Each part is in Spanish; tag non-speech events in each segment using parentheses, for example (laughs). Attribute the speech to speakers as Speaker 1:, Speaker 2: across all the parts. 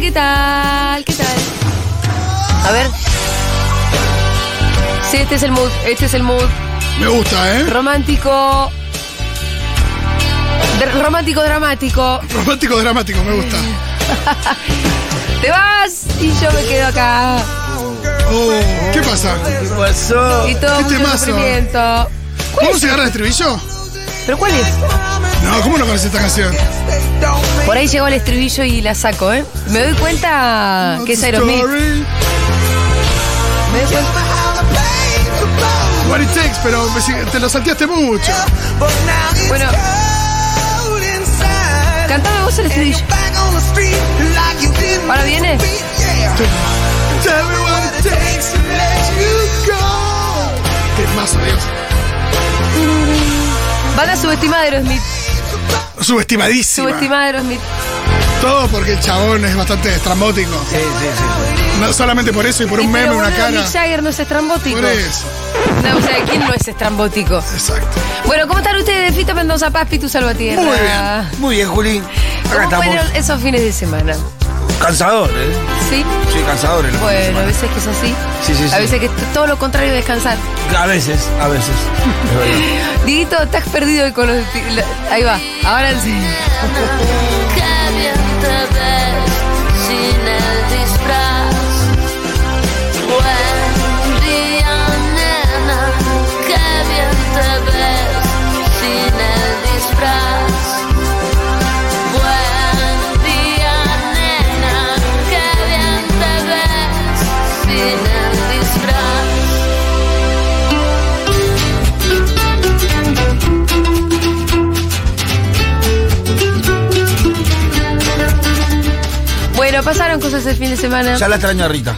Speaker 1: ¿qué tal? ¿Qué tal? A ver. Sí, este es el mood, este es el mood.
Speaker 2: Me gusta, ¿eh?
Speaker 1: Romántico. Dr- romántico dramático.
Speaker 2: Romántico dramático, me gusta.
Speaker 1: Te vas y yo me quedo acá.
Speaker 2: Oh, ¿Qué pasa?
Speaker 3: ¿Qué pasó?
Speaker 1: Y todo
Speaker 2: Oh, Qué
Speaker 1: mucho
Speaker 2: temazo.
Speaker 1: sufrimiento. ¿Cuál
Speaker 2: ¿Cómo
Speaker 1: es?
Speaker 2: se agarra el estribillo?
Speaker 1: ¿Pero cuál es?
Speaker 2: este No, ¿cómo no conoces esta canción?
Speaker 1: Por ahí llegó el estribillo y la saco, ¿eh? Me doy cuenta que es Aerosmith.
Speaker 2: Story,
Speaker 1: Me doy cuenta.
Speaker 2: What it takes, pero me sig- te lo salteaste mucho.
Speaker 1: Bueno. Cantame vos el estribillo. Ahora viene.
Speaker 2: Qué mazo, Dios.
Speaker 1: Banda subestimada de Aerosmith.
Speaker 2: Subestimadísima.
Speaker 1: Subestimada de Aerosmith.
Speaker 2: Todo porque el chabón es bastante estrambótico.
Speaker 3: Sí, sí, sí.
Speaker 2: No solamente por eso y por
Speaker 1: Y
Speaker 2: un
Speaker 1: pero,
Speaker 2: meme, una
Speaker 1: boludo,
Speaker 2: cara.
Speaker 1: Mick Jagger no es estrambótico.
Speaker 2: Por eso.
Speaker 1: No, o sea, ¿quién no es estrambótico?
Speaker 2: Exacto.
Speaker 1: Bueno, ¿cómo están ustedes? Fito Mendoza Paz, Pitu Salvatierra.
Speaker 2: Muy bien.
Speaker 3: Muy bien, Juli. Acá
Speaker 1: Ah, ¿Cómo
Speaker 3: estamos.
Speaker 1: fueron esos fines de semana?
Speaker 3: Cansador, ¿eh?
Speaker 1: ¿Sí?
Speaker 3: Sí, cansador. el-
Speaker 1: Bueno, a veces que es así.
Speaker 3: Sí, sí, sí.
Speaker 1: A veces que es todo lo contrario de descansar.
Speaker 3: A veces, a
Speaker 1: (laughs)
Speaker 3: veces. Es verdad.
Speaker 1: Didito, estás perdido con los... la- Ahí va, ahora sí.
Speaker 4: Nunca bien te ves sin el disfraz. Buen día, nena. Qué bien te ves sin el disfraz. Buen día, nena. Qué bien te ves sin el disfraz.
Speaker 1: Bueno, pasaron cosas el fin de semana.
Speaker 3: Ya la extraño a Rita.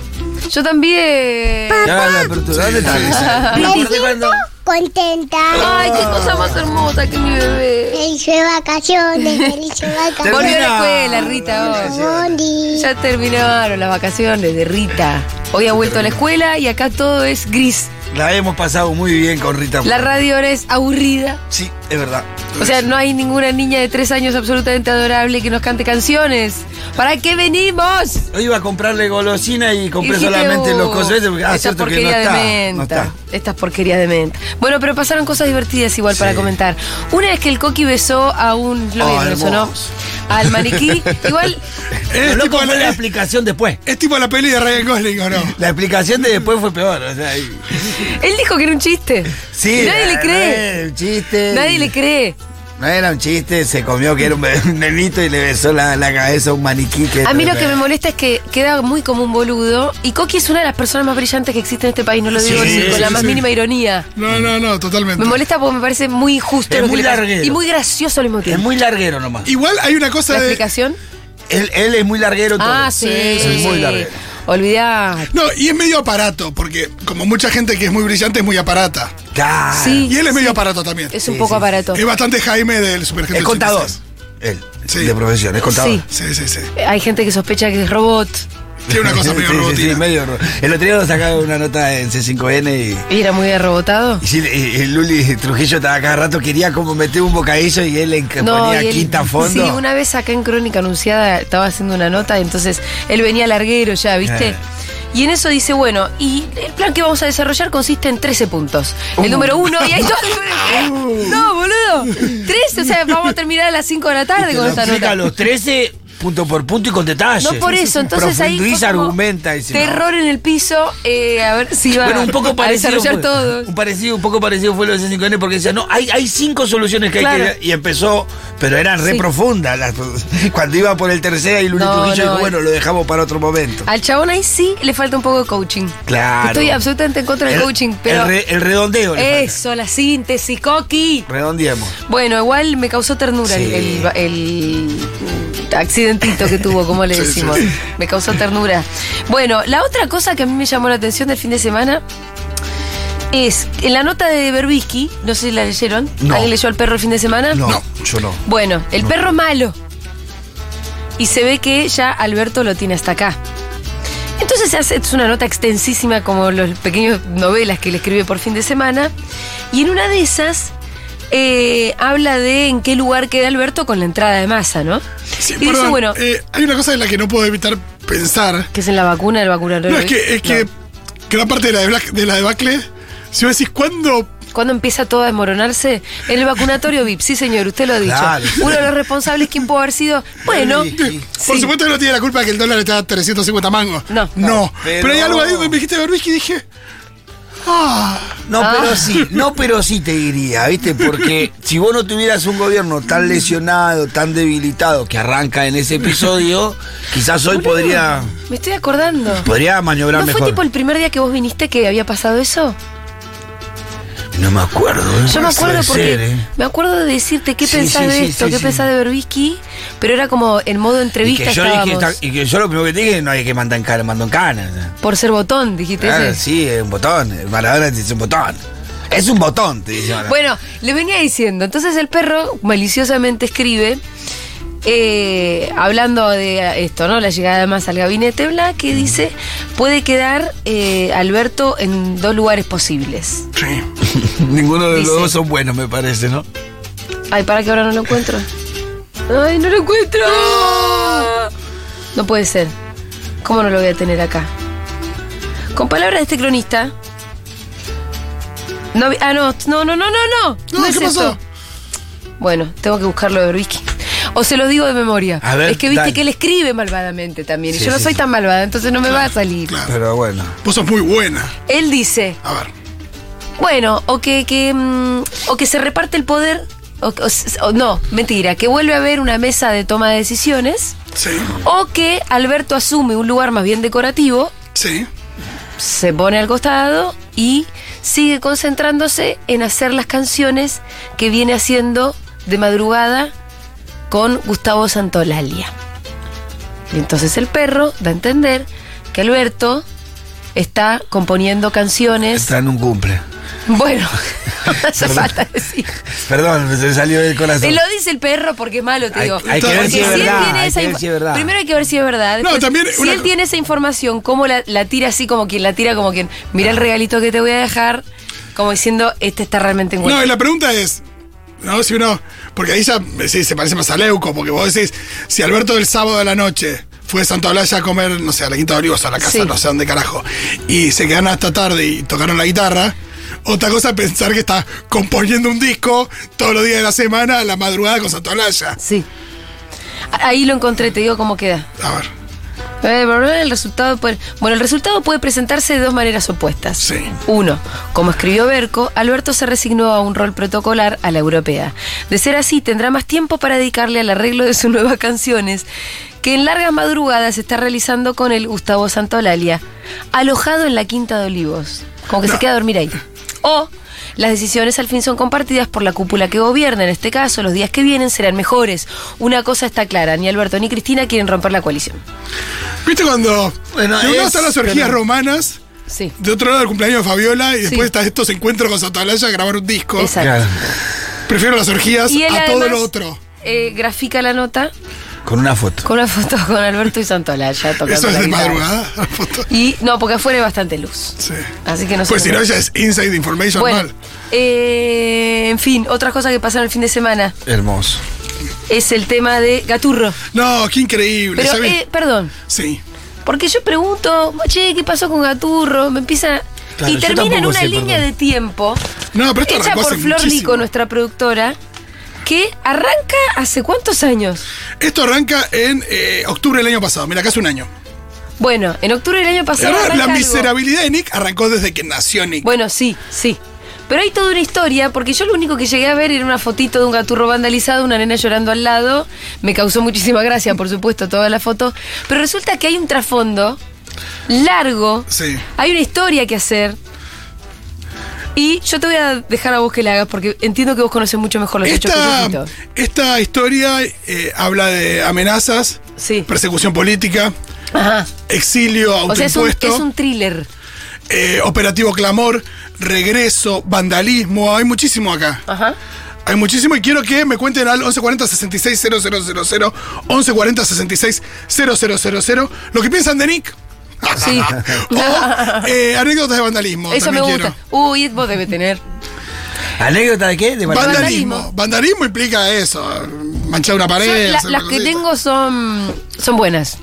Speaker 1: Yo también.
Speaker 3: Ya la apertura.
Speaker 1: (laughs)
Speaker 3: ¿Dónde está? No, pero te cuento.
Speaker 5: contenta.
Speaker 1: Ay, qué cosa más hermosa que mi bebé.
Speaker 5: Feliz vacaciones, feliz vacaciones.
Speaker 1: Volvió a la
Speaker 3: Termina.
Speaker 1: escuela, Rita. hoy.
Speaker 5: Bondi.
Speaker 1: Ya terminaron las vacaciones de Rita. Hoy ha vuelto a la escuela y acá todo es gris.
Speaker 3: La hemos pasado muy bien con Rita.
Speaker 1: La radio ahora es aburrida.
Speaker 3: Sí, es verdad.
Speaker 1: O sea, no hay ninguna niña de tres años absolutamente adorable que nos cante canciones. ¿Para qué venimos?
Speaker 3: Hoy iba a comprarle golosina y compré
Speaker 1: Dijiste,
Speaker 3: solamente
Speaker 1: "Uh,
Speaker 3: los cosbetes porque ah,
Speaker 1: Esta
Speaker 3: cierto que no
Speaker 1: porquería
Speaker 3: está.
Speaker 1: de (laughs)
Speaker 3: No
Speaker 1: menta.
Speaker 3: está.
Speaker 1: Estas porquerías de menta. Bueno, pero pasaron cosas divertidas igual para
Speaker 3: Sí.
Speaker 1: comentar. Una vez que el Coqui besó a un. Lo
Speaker 3: Oh,
Speaker 1: vieron eso, ¿no?
Speaker 3: hermoso.
Speaker 1: Al
Speaker 3: (laughs)
Speaker 1: maniquí. igual.
Speaker 3: Pero
Speaker 2: Es
Speaker 3: no
Speaker 2: tipo,
Speaker 3: compré Este la
Speaker 2: la,
Speaker 3: explicación después.
Speaker 2: es tipo la peli de Ryan Gosling, ¿o no?
Speaker 3: La explicación de después fue peor. O sea, y-
Speaker 1: Él dijo que era un chiste.
Speaker 3: sí,
Speaker 1: Y nadie le
Speaker 3: no
Speaker 1: cree.
Speaker 3: era un chiste.
Speaker 1: Nadie le cree.
Speaker 3: No era un chiste, se comió que era un, be- (laughs) un nenito y le besó la, la cabeza a un maniquí. que-
Speaker 1: A mí lo que me molesta es que queda muy como un boludo. Y Coqui es una de las personas más brillantes que existe en este país. No lo digo
Speaker 3: Sí,
Speaker 1: ni con la
Speaker 2: sí,
Speaker 1: más
Speaker 2: sí.
Speaker 1: mínima ironía.
Speaker 2: No, no, no, totalmente.
Speaker 1: Me molesta porque me parece muy injusto
Speaker 3: Es
Speaker 1: lo que
Speaker 3: muy
Speaker 1: le pasa.
Speaker 3: larguero.
Speaker 1: Y muy gracioso al mismo
Speaker 3: Es
Speaker 1: tiempo.
Speaker 3: muy larguero nomás.
Speaker 2: Igual hay una
Speaker 1: ¿La
Speaker 2: cosa de.
Speaker 1: explicación?
Speaker 3: Él, él es muy larguero todo.
Speaker 1: Ah, sí.
Speaker 3: Es muy larguero.
Speaker 1: Olvidá.
Speaker 2: No, y es medio aparato, porque como mucha gente que es muy brillante es muy aparata.
Speaker 3: Claro.
Speaker 1: Sí.
Speaker 2: Y él es medio aparato también.
Speaker 1: Es un
Speaker 3: Sí,
Speaker 1: poco
Speaker 3: sí.
Speaker 1: aparato.
Speaker 2: Es bastante Jaime del Supergente.
Speaker 3: Es contador. Él,
Speaker 2: Sí.
Speaker 3: de profesión, es contador.
Speaker 1: Sí.
Speaker 2: Sí, sí, sí.
Speaker 1: Hay gente que sospecha que es robot.
Speaker 2: Tiene una cosa medio
Speaker 3: (laughs) Sí, sí,
Speaker 2: robotina.
Speaker 3: sí, medio ro- El otro día nos sacaba una nota en C5N y.
Speaker 1: Y era muy arrebotado.
Speaker 3: Y, sí, y- y Luli Trujillo estaba cada rato, quería como meter un bocadillo y él le enc- ponía
Speaker 1: y él-
Speaker 3: quinta a fondo.
Speaker 1: Sí, una vez acá en Crónica Anunciada estaba haciendo una nota, entonces él venía larguero ya, ¿viste?
Speaker 3: Eh.
Speaker 1: Y en eso dice, bueno, y el plan que vamos a desarrollar consiste en 13 puntos. El
Speaker 3: Uh.
Speaker 1: número uno, y ahí todo el
Speaker 3: (laughs)
Speaker 1: número- (laughs) No, boludo. 13, o sea, vamos a terminar a las 5 de la tarde
Speaker 3: Te
Speaker 1: con
Speaker 3: lo
Speaker 1: esta
Speaker 3: explica
Speaker 1: nota.
Speaker 3: a los 13 punto por punto y con detalle.
Speaker 1: No por eso, entonces ahí. fue
Speaker 3: Profundiza,
Speaker 1: como
Speaker 3: argumenta. y dice, no.
Speaker 1: terror en el piso, eh, a ver si va
Speaker 3: Bueno, un poco
Speaker 1: a
Speaker 3: parecido.
Speaker 1: desarrollar
Speaker 3: fue-
Speaker 1: todo.
Speaker 3: Un, parecido, un poco parecido fue lo de C5N porque decía, no, hay, hay cinco soluciones que hay
Speaker 1: Claro.
Speaker 3: que. Y empezó, pero eran re
Speaker 1: Sí.
Speaker 3: profundas. las- (laughs) cuando iba por el tercero y Luli
Speaker 1: No,
Speaker 3: Trujillo
Speaker 1: no,
Speaker 3: dijo, bueno,
Speaker 1: es-
Speaker 3: lo dejamos para otro momento.
Speaker 1: Al chabón ahí sí le falta un poco de coaching.
Speaker 3: Claro.
Speaker 1: Estoy absolutamente en contra del
Speaker 3: El-
Speaker 1: coaching,
Speaker 3: El,
Speaker 1: pero.
Speaker 3: re- el redondeo. le falta.
Speaker 1: eso, la síntesis, Coqui.
Speaker 3: Redondeamos.
Speaker 1: Bueno, igual me causó ternura el-
Speaker 3: Sí.
Speaker 1: el, el accidentito que tuvo, como
Speaker 3: (laughs)
Speaker 1: le decimos. Me causó ternura. Bueno, la otra cosa que a mí me llamó la atención del fin de semana es en la nota de Berbisky, no sé si la leyeron.
Speaker 3: No.
Speaker 1: ¿Alguien leyó al perro el fin de semana?
Speaker 3: No, yo no.
Speaker 1: Bueno, el perro malo. Y se ve que ya Alberto lo tiene hasta acá. Entonces hace- es una nota extensísima como los pequeños novelas que él escribe por fin de semana. Y en una de esas eh, habla de en qué lugar queda Alberto con la entrada de masa, ¿no?
Speaker 2: Sí,
Speaker 1: y
Speaker 2: perdón,
Speaker 1: dice, bueno,
Speaker 2: eh, hay una cosa de la que no puedo evitar pensar.
Speaker 1: Que es en la vacuna, el vacunatorio.
Speaker 2: No, es que, es que
Speaker 1: Eh, No.
Speaker 2: gran parte de la, debla- de la debacle, si vos decís, ¿cuándo?
Speaker 1: Cuando empieza todo a desmoronarse, el vacunatorio VIP, sí señor, usted lo ha dicho.
Speaker 3: Claro.
Speaker 1: Uno de los responsables, ¿quién pudo haber sido? Bueno,
Speaker 3: Sí, sí.
Speaker 2: Por
Speaker 1: sí.
Speaker 2: supuesto que no tiene la culpa de que el dólar está a 350 mangos.
Speaker 1: No.
Speaker 2: No. Pero,
Speaker 3: Pero-
Speaker 2: hay algo ahí donde me dijiste Berbisky y dije. Ah,
Speaker 3: No,
Speaker 1: Ah.
Speaker 3: pero sí, no, pero sí te diría,
Speaker 1: (laughs)
Speaker 3: ¿viste? Porque si vos no tuvieras un gobierno tan lesionado, tan debilitado que arranca en ese episodio, quizás hoy podría,
Speaker 1: Me estoy acordando.
Speaker 3: podría maniobrar
Speaker 1: ¿No fue
Speaker 3: mejor.
Speaker 1: tipo el primer día que vos viniste que había pasado eso?
Speaker 3: No me acuerdo. ¿eh?
Speaker 1: Yo me acuerdo
Speaker 3: Puede
Speaker 1: porque
Speaker 3: ser, ¿eh?
Speaker 1: me acuerdo de decirte qué
Speaker 3: Sí,
Speaker 1: pensás
Speaker 3: sí,
Speaker 1: de
Speaker 3: sí,
Speaker 1: esto,
Speaker 3: sí,
Speaker 1: qué
Speaker 3: sí.
Speaker 1: pensás de Berbisky, pero era como en modo
Speaker 3: Y
Speaker 1: entrevista
Speaker 3: que, yo dije,
Speaker 1: estábamos.
Speaker 3: esta- y que yo lo primero que te dije, no hay que mandar en cana, mando en cana.
Speaker 1: Por ser botón, dijiste.
Speaker 3: Claro,
Speaker 1: ese.
Speaker 3: sí, es un botón. Maradona te dice un botón. Es un botón, te dice ahora.
Speaker 1: Bueno, le venía diciendo, entonces el perro maliciosamente escribe, eh, hablando de esto, ¿no? La llegada más al gabinete Bla, que dice, puede quedar eh, Alberto en dos lugares posibles.
Speaker 2: sí.
Speaker 3: (laughs) Ninguno de los
Speaker 1: dice-
Speaker 3: dos son buenos, me parece, ¿no?
Speaker 1: Ay, para que ahora no lo encuentro. Ay, no lo encuentro. No puede ser. ¿Cómo no lo voy a tener acá? Con palabras de este cronista. No, vi- ah, no, no, no, no, no, no.
Speaker 2: No,
Speaker 1: es
Speaker 2: ¿qué pasó?
Speaker 1: esto. Bueno, tengo que buscarlo de Berbisky. O se los digo de memoria.
Speaker 3: A ver,
Speaker 1: es que viste
Speaker 3: dale.
Speaker 1: que él escribe malvadamente también. y
Speaker 3: Sí,
Speaker 1: yo no
Speaker 3: sí,
Speaker 1: soy
Speaker 3: sí.
Speaker 1: tan malvada, entonces no me va a salir.
Speaker 3: Pero bueno.
Speaker 2: Vos sos muy buena.
Speaker 1: Él dice,
Speaker 2: A ver.
Speaker 1: bueno, o que, que, mm, o que se reparte el poder. o- o s- o no, mentira, que vuelve a haber una mesa de toma de decisiones.
Speaker 2: Sí.
Speaker 1: O que Alberto asume un lugar más bien decorativo,
Speaker 2: Sí.
Speaker 1: se pone al costado y sigue concentrándose en hacer las canciones que viene haciendo de madrugada con Gustavo Santolalia. Y entonces el perro da a entender que Alberto está componiendo canciones.
Speaker 3: Está en un cumple.
Speaker 1: (laughs) Bueno, no hace falta decir.
Speaker 3: Perdón, se me salió del corazón.
Speaker 1: Te lo dice el perro porque es malo, te
Speaker 3: Hay-
Speaker 1: digo.
Speaker 3: hay
Speaker 2: que ver
Speaker 1: Porque
Speaker 2: si es
Speaker 1: él
Speaker 3: verdad,
Speaker 1: tiene
Speaker 3: hay
Speaker 1: esa
Speaker 3: que ver
Speaker 1: inf-
Speaker 3: si es verdad.
Speaker 1: Primero hay que ver si es verdad. Después,
Speaker 2: también
Speaker 1: si
Speaker 2: una
Speaker 1: él
Speaker 2: co-
Speaker 1: tiene esa información, ¿cómo la, la tira así como quien? La tira como quien. Mira el
Speaker 3: Ah.
Speaker 1: regalito que te voy a dejar, como diciendo, este está realmente en
Speaker 2: No, eh.
Speaker 1: cuenta.
Speaker 2: y la pregunta es. No, si uno. Porque ahí ya sí, se parece más a Leuco, porque vos decís, si Alberto del sábado de la noche fue a Santa Olalla a comer, no sé, a la Quinta de Olivos, a la casa,
Speaker 1: Sí.
Speaker 2: no sé dónde carajo, y se quedaron hasta tarde y tocaron la guitarra. Otra cosa es pensar que está componiendo un disco todos los días de la semana a la madrugada con Santa Olalla.
Speaker 1: Sí. A- Ahí lo encontré, te digo cómo queda.
Speaker 2: A ver,
Speaker 1: Eh, bla, bla, El resultado puede, bueno, el resultado puede presentarse de dos maneras opuestas.
Speaker 2: Sí.
Speaker 1: Uno, como escribió Berco, Alberto se resignó a un rol protocolar a la europea. De ser así, tendrá más tiempo para dedicarle al arreglo de sus (laughs) nuevas canciones, que en largas madrugadas está realizando con el Gustavo Santolalia, alojado en la Quinta de Olivos. Como que se queda a dormir ahí. O las decisiones al fin son compartidas por la cúpula que gobierna. En este caso, los días que vienen serán mejores. Una cosa está clara, ni Alberto ni Cristina quieren romper la coalición.
Speaker 2: ¿viste cuando.
Speaker 3: Bueno,
Speaker 2: de un lado
Speaker 3: es-
Speaker 2: están las orgías
Speaker 3: pero-
Speaker 2: romanas,
Speaker 1: Sí.
Speaker 2: de otro lado el cumpleaños de Fabiola, y después
Speaker 1: Sí.
Speaker 2: está estos encuentros con Santa Olalla a grabar un disco.
Speaker 1: Exacto.
Speaker 3: Claro.
Speaker 2: Prefiero las orgías
Speaker 1: Y él
Speaker 2: a todo
Speaker 1: además,
Speaker 2: lo otro.
Speaker 1: eh, grafica la nota
Speaker 3: Con una foto.
Speaker 1: con una foto con Alberto y Santolaya tocando
Speaker 2: Eso es
Speaker 1: la
Speaker 2: de
Speaker 1: guitarra.
Speaker 2: madrugada, (laughs) la foto.
Speaker 1: Y no, porque afuera hay bastante luz.
Speaker 2: Sí.
Speaker 1: Así que no
Speaker 2: Pues
Speaker 1: sé.
Speaker 2: si no, ya es inside information
Speaker 1: bueno,
Speaker 2: mal.
Speaker 1: eh, en fin, otras cosas que pasaron el fin de semana
Speaker 3: Hermoso.
Speaker 1: es el tema de Gaturro.
Speaker 2: No, qué increíble.
Speaker 1: Pero,
Speaker 2: ¿sabes?
Speaker 1: eh, perdón,
Speaker 2: sí.
Speaker 1: porque yo pregunto, che, ¿qué pasó con Gaturro? Me empieza.
Speaker 3: Claro,
Speaker 1: y
Speaker 3: yo
Speaker 1: termina en
Speaker 3: tampoco
Speaker 1: una
Speaker 3: sé,
Speaker 1: línea
Speaker 3: perdón.
Speaker 1: de tiempo
Speaker 2: No, pero esto
Speaker 1: hecha
Speaker 2: arrancó
Speaker 1: por
Speaker 2: hace
Speaker 1: Flor
Speaker 2: muchísimo.
Speaker 1: Lico, nuestra productora, que arranca hace cuántos años.
Speaker 2: Esto arranca en eh, octubre del año pasado. Mira, casi un año.
Speaker 1: Bueno, en octubre del año pasado.
Speaker 2: Ahora, la
Speaker 1: arranca algo.
Speaker 2: miserabilidad de Nick arrancó desde que nació Nick.
Speaker 1: Bueno, sí, sí. Pero hay toda una historia, porque yo lo único que llegué a ver era una fotito de un gaturro vandalizado, una nena llorando al lado. Me causó muchísima gracia, por supuesto, toda la foto. Pero resulta que hay un trasfondo largo.
Speaker 2: Sí.
Speaker 1: Hay una historia que hacer. Y yo te voy a dejar a vos que la hagas, porque entiendo que vos conoces mucho mejor los hechos que yo,
Speaker 2: Esta,
Speaker 1: Fito.
Speaker 2: esta historia eh, habla de amenazas,
Speaker 1: Sí.
Speaker 2: persecución política,
Speaker 1: Ajá.
Speaker 2: exilio,
Speaker 1: O sea, es un,
Speaker 2: autoimpuesto.
Speaker 1: es un thriller.
Speaker 2: eh, operativo clamor, regreso, vandalismo, hay muchísimo acá.
Speaker 1: Ajá.
Speaker 2: Hay muchísimo y quiero que me cuenten al 1140-660000, 1140-660000, lo que piensan de Nick.
Speaker 1: Sí.
Speaker 2: (laughs) o eh, anécdotas de vandalismo.
Speaker 1: Eso me
Speaker 2: también
Speaker 1: gusta.
Speaker 2: quiero.
Speaker 1: Uy, vos debe tener.
Speaker 3: ¿Anécdota de qué? De Maradona.
Speaker 1: Vandalismo.
Speaker 2: Vandalismo. Vandalismo implica eso, manchar una
Speaker 1: Yo-
Speaker 2: pared.
Speaker 1: la-
Speaker 2: hacer
Speaker 1: las
Speaker 2: una
Speaker 1: que
Speaker 2: cosita.
Speaker 1: tengo son, son buenas.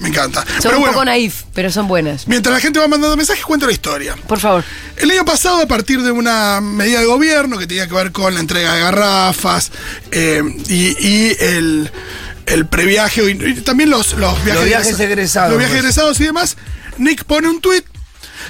Speaker 2: Me encanta.
Speaker 1: Son
Speaker 2: Pero
Speaker 1: un
Speaker 2: bueno,
Speaker 1: poco naif, pero son buenas.
Speaker 2: mientras la gente va mandando mensajes, cuento la historia.
Speaker 1: Por favor.
Speaker 2: El año pasado, a partir de una medida de gobierno que tenía que ver con la entrega de garrafas eh, y, y el, el previaje, y, y también los, los viajes,
Speaker 3: viajes egresados. pues.
Speaker 2: Los viajes egresados y demás, Nick pone un tuit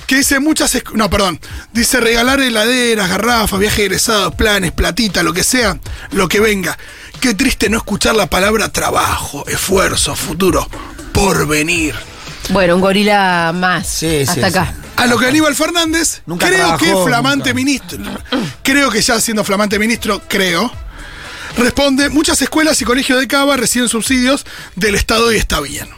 Speaker 2: que dice muchas... esc- No, perdón. Dice regalar heladeras, garrafas, viajes egresados, planes, platita, lo que sea, lo que venga. Qué triste no escuchar la palabra trabajo, esfuerzo, futuro, porvenir.
Speaker 1: Bueno, un gorila más.
Speaker 3: Sí, sí,
Speaker 1: hasta
Speaker 3: sí.
Speaker 1: acá.
Speaker 2: A lo que Aníbal Fernández,
Speaker 3: Nunca
Speaker 2: creo
Speaker 3: trabajó,
Speaker 2: que flamante
Speaker 3: nunca.
Speaker 2: ministro, creo que ya siendo flamante ministro, creo, responde, muchas escuelas y colegios de Cava reciben subsidios del Estado y está bien.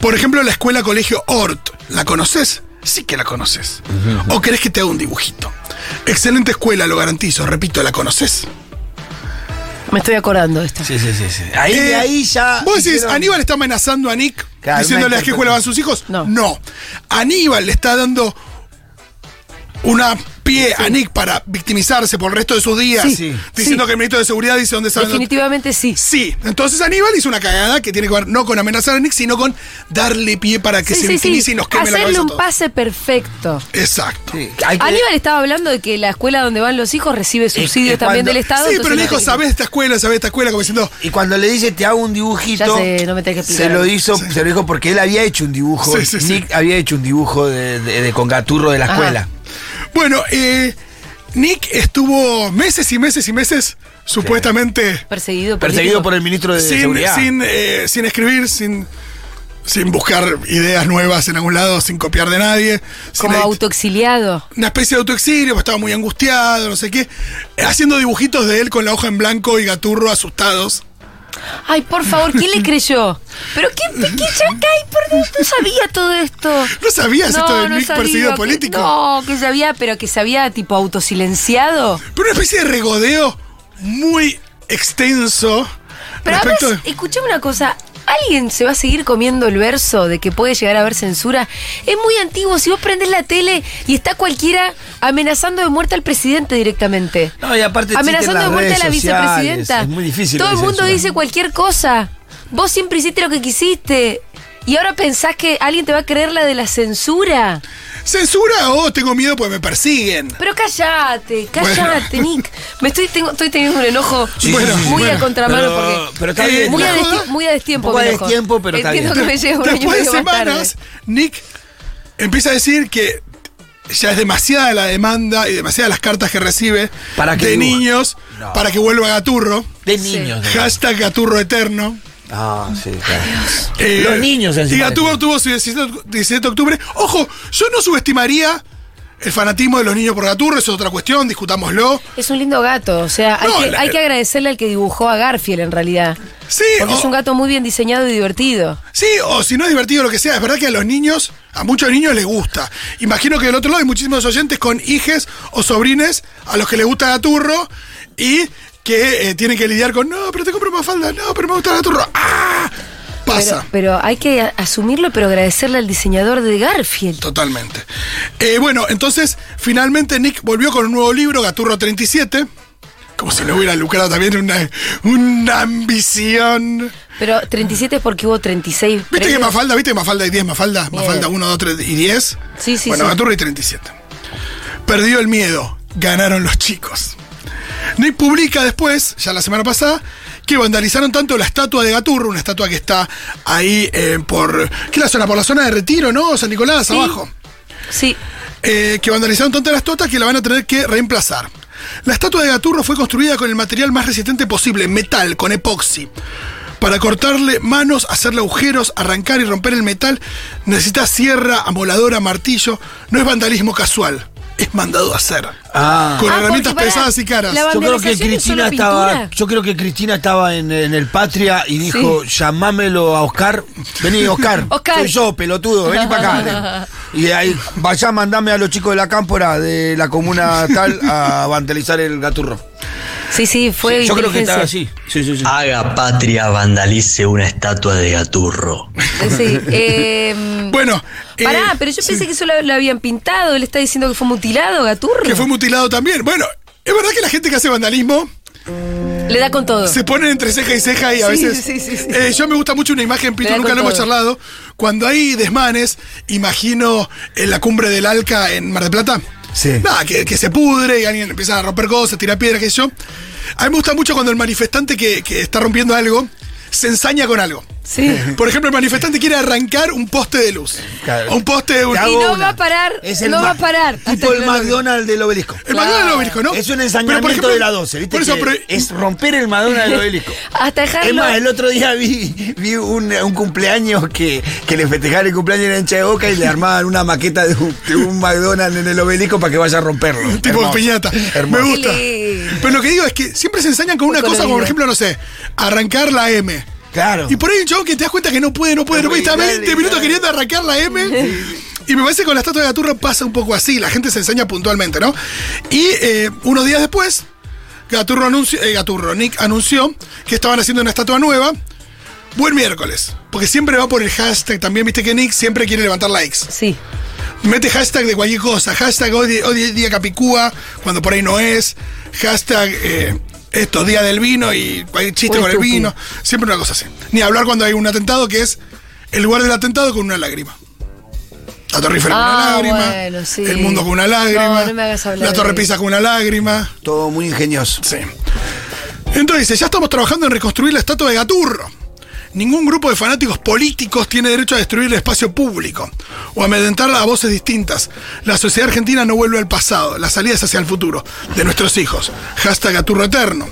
Speaker 2: Por ejemplo, la escuela colegio Ort, ¿la conoces? Sí que la conoces. ¿O querés que te haga un dibujito? Excelente escuela, lo garantizo, repito, ¿la conoces?
Speaker 1: Me estoy acordando de esta.
Speaker 3: Sí, sí, sí. sí. Ahí,
Speaker 2: Eh,
Speaker 3: de ahí ya.
Speaker 2: Vos decís,
Speaker 3: hicieron-
Speaker 2: Aníbal está amenazando a Nick
Speaker 3: Claro,
Speaker 2: diciéndole
Speaker 3: una
Speaker 2: a qué escuela van sus hijos.
Speaker 1: No.
Speaker 2: Aníbal le está dando una pie a Nick para victimizarse por el resto de sus días,
Speaker 1: Sí,
Speaker 3: sí,
Speaker 2: diciendo
Speaker 1: sí.
Speaker 2: que el ministro de Seguridad dice dónde saben. dónde-
Speaker 1: Definitivamente sí.
Speaker 2: Sí, entonces Aníbal hizo una cagada que tiene que ver no con amenazar a Nick, sino con darle pie para que
Speaker 1: Sí,
Speaker 2: se
Speaker 1: sí,
Speaker 2: victimice
Speaker 1: sí.
Speaker 2: y nos queme la
Speaker 1: Hacerle
Speaker 2: cabeza. a
Speaker 1: un
Speaker 2: todos.
Speaker 1: pase perfecto.
Speaker 2: Exacto.
Speaker 3: Sí, hay que-
Speaker 1: Aníbal estaba hablando de que la escuela donde van los hijos recibe subsidios
Speaker 3: es
Speaker 1: también
Speaker 3: cuando-
Speaker 1: del Estado.
Speaker 2: Sí, pero
Speaker 1: entonces
Speaker 2: le
Speaker 1: no-
Speaker 2: dijo, sabés esta escuela, sabés esta escuela, como diciendo,
Speaker 3: Y cuando le dice, te hago un dibujito.
Speaker 1: Ya sé, no me tenés que explicar.
Speaker 3: Se lo hizo, se lo dijo porque él había hecho un dibujo.
Speaker 2: Sí, sí, sí.
Speaker 3: Nick había hecho un dibujo de, de- de con Gaturro de la
Speaker 1: Ajá.
Speaker 3: escuela.
Speaker 2: Bueno, eh, Nick estuvo meses y meses y meses supuestamente
Speaker 1: Perseguido,
Speaker 3: Perseguido
Speaker 1: político.
Speaker 3: por el ministro de
Speaker 2: sin,
Speaker 3: Seguridad.
Speaker 2: sin, eh, sin escribir, sin, sin buscar ideas nuevas en algún lado, sin copiar de nadie. sin
Speaker 1: Como
Speaker 2: edit-
Speaker 1: autoexiliado.
Speaker 2: Una especie de autoexilio, porque estaba muy angustiado, no sé qué. eh, Haciendo dibujitos de él con la hoja en blanco y gaturro asustados.
Speaker 1: Ay, por favor, ¿quién le creyó? Pero qué, qué chaca, ay, perdón, no sabía todo esto.
Speaker 2: ¿No sabías esto de Nick
Speaker 1: sabía
Speaker 2: perseguido
Speaker 1: que-
Speaker 2: político?
Speaker 1: No, que sabía, pero que se había tipo autosilenciado.
Speaker 2: Pero una especie de regodeo muy extenso.
Speaker 1: Pero además,
Speaker 2: respecto de-
Speaker 1: escuchame una cosa. ¿Alguien se va a seguir comiendo el verso de que puede llegar a haber censura? Es muy antiguo. Si vos prendés la tele y está cualquiera amenazando de muerte al presidente directamente.
Speaker 3: No, y aparte existen
Speaker 1: Amenazando
Speaker 3: las
Speaker 1: de muerte a
Speaker 3: redes
Speaker 1: la
Speaker 3: sociales,
Speaker 1: vicepresidenta.
Speaker 3: es muy difícil
Speaker 1: Todo
Speaker 3: que
Speaker 1: el mundo
Speaker 3: censuren.
Speaker 1: dice cualquier cosa. Vos siempre hiciste lo que quisiste. Y ahora pensás que alguien te va a creer la de la censura.
Speaker 2: Censura o tengo miedo porque me persiguen.
Speaker 1: Pero cállate, cállate,
Speaker 2: Bueno.
Speaker 1: Nick. Me estoy, tengo- estoy teniendo un enojo
Speaker 3: Sí,
Speaker 1: muy
Speaker 2: sí, sí,
Speaker 1: a
Speaker 2: bueno.
Speaker 1: contramano
Speaker 3: Pero-
Speaker 1: porque.
Speaker 3: pero está
Speaker 1: eh,
Speaker 2: bien,
Speaker 1: muy,
Speaker 2: la
Speaker 1: a
Speaker 2: joda.
Speaker 1: desti- muy a destiempo.
Speaker 3: Un poco
Speaker 1: mi
Speaker 3: a
Speaker 1: enojo.
Speaker 3: destiempo, pero está
Speaker 1: Entiendo (laughs)
Speaker 3: bien.
Speaker 1: que me llevo un año y
Speaker 2: Después de
Speaker 1: medio más tarde.
Speaker 2: semanas, Nick empieza a decir que ya es demasiada la demanda y demasiadas las cartas que recibe
Speaker 3: Para que
Speaker 2: de
Speaker 3: dibuje.
Speaker 2: niños
Speaker 3: No.
Speaker 2: para que vuelva Gaturro.
Speaker 3: De niños. de-
Speaker 2: Hashtag Gaturro Eterno.
Speaker 3: Ah, sí, claro.
Speaker 2: Eh,
Speaker 3: Los niños
Speaker 2: Y
Speaker 3: encima
Speaker 2: Gaturro
Speaker 3: de-
Speaker 2: tuvo su 17, 17 de octubre. Ojo, yo no subestimaría el fanatismo de los niños por Gaturro, eso es otra cuestión, discutámoslo.
Speaker 1: Es un lindo gato, o sea, hay,
Speaker 2: No,
Speaker 1: que,
Speaker 2: la-
Speaker 1: hay que agradecerle al que dibujó a Garfield en realidad.
Speaker 2: Sí,
Speaker 1: Porque es
Speaker 2: o-
Speaker 1: un gato muy bien diseñado y divertido.
Speaker 2: Sí, o si no es divertido lo que sea, es verdad que a los niños, a muchos niños les gusta. Imagino que del otro lado hay muchísimos oyentes con hijes o sobrines a los que les gusta Gaturro y que eh, tienen que lidiar con, no, pero te compro más falda, no, pero me gusta Gaturro. ¡Ah! Pasa.
Speaker 1: Pero, pero hay que a- asumirlo, pero agradecerle al diseñador de Garfield.
Speaker 2: Totalmente. Eh, bueno, entonces, finalmente Nick volvió con un nuevo libro, Gaturro 37. Como si le hubiera lucrado también una, una ambición.
Speaker 1: Pero 37 es porque hubo 36.
Speaker 2: ¿Viste que
Speaker 1: previos.
Speaker 2: Mafalda, viste que Mafalda hay 10 Mafalda? Mafalda 1, 2, 3 y 10.
Speaker 1: Sí, sí,
Speaker 2: Bueno,
Speaker 1: sí.
Speaker 2: Gaturri 37. Perdió el miedo, ganaron los chicos. Nick publica después, ya la semana pasada, que vandalizaron tanto la estatua de Gaturro, una estatua que está ahí eh, por. ¿Qué es la zona? Por la zona de retiro, ¿no? San Nicolás, abajo.
Speaker 1: Sí,
Speaker 2: Eh, que vandalizaron tanto las totas que la van a tener que reemplazar. La estatua de Gaturro fue construida con el material más resistente posible, metal, con epoxi. Para cortarle manos, hacerle agujeros, arrancar y romper el metal, necesitas sierra, amoladora, martillo. No es vandalismo casual, es mandado a hacer.
Speaker 3: Ah.
Speaker 2: Con
Speaker 1: Ah,
Speaker 2: herramientas
Speaker 1: porque para-
Speaker 2: pesadas y caras.
Speaker 1: la
Speaker 3: Yo creo que
Speaker 1: Vandalización es solo
Speaker 3: Cristina estaba.
Speaker 1: pintura.
Speaker 3: Yo creo que Cristina estaba en, en el Patria y dijo, llamámelo a Oscar. Vení, Oscar.
Speaker 1: (laughs) Oscar.
Speaker 3: Soy yo, pelotudo, vení para acá.
Speaker 1: (laughs)
Speaker 3: Y ahí, vaya, mandame a los chicos de la cámpora de la comuna tal a vandalizar el gaturro.
Speaker 1: sí, sí, fue.
Speaker 3: Yo creo que
Speaker 1: inteligencia. Ah,
Speaker 3: estaba así. Sí, sí, sí.
Speaker 6: Haga patria, vandalice una estatua de Gaturro.
Speaker 1: Sí, eh,
Speaker 2: Bueno, eh,
Speaker 1: Pará, pero yo pensé que solo lo habían pintado. Él está diciendo que fue mutilado, Gaturro.
Speaker 2: que fue mutilado también. Bueno, es verdad que la gente que hace vandalismo
Speaker 1: Le da con todo.
Speaker 2: (laughs) Se ponen entre ceja y ceja y a
Speaker 1: Sí,
Speaker 2: veces.
Speaker 1: sí, sí, sí.
Speaker 2: Eh, yo me gusta mucho una imagen, Pito,
Speaker 1: Le da
Speaker 2: nunca
Speaker 1: con
Speaker 2: lo hemos
Speaker 1: todo.
Speaker 2: charlado. Cuando hay desmanes, imagino en la cumbre del Alca en Mar del Plata.
Speaker 3: Sí.
Speaker 2: Nada, que, que se pudre y alguien empieza a romper cosas, tira piedras, qué sé yo. A mí me gusta mucho cuando el manifestante que, que está rompiendo algo se ensaña con algo.
Speaker 1: Sí.
Speaker 2: Por ejemplo, el manifestante quiere arrancar un poste de luz.
Speaker 3: Claro.
Speaker 2: O Un poste de un.
Speaker 3: Te
Speaker 1: Y
Speaker 3: hago
Speaker 1: no va a parar, no va a parar hasta
Speaker 3: Tipo
Speaker 1: que
Speaker 3: el
Speaker 1: lo logre.
Speaker 3: McDonald's del obelisco.
Speaker 2: El Madonna del obelisco, ¿no?
Speaker 3: Es
Speaker 2: Pero,
Speaker 3: un
Speaker 2: por
Speaker 3: ensañamiento
Speaker 2: ejemplo,
Speaker 3: de la 12, ¿viste?
Speaker 2: Por eso,
Speaker 3: Que
Speaker 2: pero-
Speaker 3: es romper el Madonna del
Speaker 1: (laughs)
Speaker 3: obelisco.
Speaker 1: Hasta dejarlo.
Speaker 3: Es más, el otro día vi, vi un, un cumpleaños que, que le festejaban el cumpleaños en la hincha de boca y le armaban una maqueta de un, de un McDonald's en el obelisco para que vaya a romperlo.
Speaker 2: Tipo
Speaker 3: Hermoso.
Speaker 2: piñata.
Speaker 3: Hermoso.
Speaker 2: Me gusta.
Speaker 1: Qué lindo.
Speaker 2: Pero lo que digo es que siempre se ensañan con una
Speaker 1: Con
Speaker 2: cosa,
Speaker 1: el
Speaker 2: como por
Speaker 1: libro.
Speaker 2: ejemplo, no sé, arrancar la M.
Speaker 3: Claro.
Speaker 2: Y por ahí hay un chabón que te das cuenta que no puede, no puede, no puede. y Está
Speaker 3: Dale,
Speaker 2: 20 minutos
Speaker 3: dale.
Speaker 2: queriendo arrancar la M. Y me parece que con la estatua de Gaturro pasa un poco así. La gente se ensaña puntualmente, ¿no? Y eh, unos días después, Gaturro anunció, eh, Gaturro, Nick anunció que estaban haciendo una estatua nueva. Buen miércoles. Porque siempre va por el hashtag también. Viste que Nick siempre quiere levantar likes.
Speaker 1: Sí.
Speaker 2: Mete hashtag de cualquier cosa. Hashtag hoy, hoy día Capicúa, cuando por ahí no es. Hashtag eh, esto, día del vino y cualquier chiste
Speaker 1: Un
Speaker 2: con el
Speaker 1: estúpido.
Speaker 2: vino. Siempre una cosa así. Ni hablar cuando hay un atentado que es el lugar del atentado con una lágrima. La Torre Eiffel
Speaker 1: Ah,
Speaker 2: con una lágrima.
Speaker 1: bueno, sí.
Speaker 2: El mundo con una lágrima.
Speaker 1: No, no me hagas hablar
Speaker 2: la Torre
Speaker 1: de-
Speaker 2: Pisa con una lágrima.
Speaker 3: Todo muy ingenioso.
Speaker 2: Sí. Entonces dice, ya estamos trabajando en reconstruir la estatua de Gaturro. Ningún grupo de fanáticos políticos tiene derecho a destruir el espacio público o a amedrentar a voces distintas. La sociedad argentina no vuelve al pasado, la salida es hacia el futuro de nuestros hijos. Hashtag Gaturro Eterno.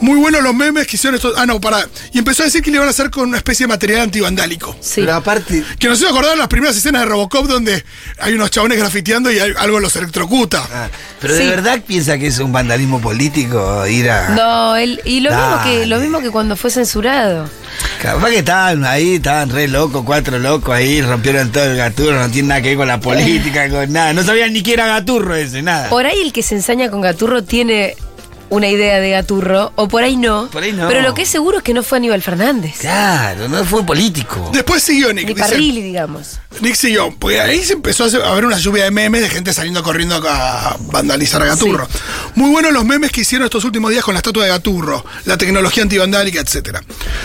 Speaker 2: Muy buenos los memes que hicieron estos... Ah, no, pará. Y empezó a decir que le iban a hacer con una especie de material antivandálico.
Speaker 1: Sí.
Speaker 3: Pero aparte,
Speaker 2: Que nos hizo acordar las primeras escenas de Robocop donde hay unos chabones grafiteando y hay- algo los electrocuta.
Speaker 3: ah, pero de
Speaker 1: Sí.
Speaker 3: verdad piensa que es un vandalismo político ir a.
Speaker 1: No, él, y lo mismo, que, lo
Speaker 3: Ah. Dale.
Speaker 1: mismo que cuando fue censurado.
Speaker 3: Capaz que estaban ahí, estaban re locos, cuatro locos ahí, rompieron todo el gaturro, no tiene nada que ver con la política,
Speaker 1: Eh.
Speaker 3: con nada. No sabían ni que era gaturro ese, nada.
Speaker 1: Por ahí el que se ensaña con Gaturro tiene una idea de Gaturro, o por ahí no.
Speaker 3: Por ahí no.
Speaker 1: Pero lo que es seguro es que no fue Aníbal Fernández.
Speaker 3: Claro, no fue político.
Speaker 2: Después siguió Nick.
Speaker 1: Ni
Speaker 2: dice-
Speaker 1: Parrilli, digamos.
Speaker 2: Nick siguió, porque ahí se empezó a hacer- a ver una lluvia de memes de gente saliendo corriendo a vandalizar a Gaturro. Muy buenos los memes que hicieron estos últimos días con la estatua de Gaturro, la tecnología antivandálica, etc.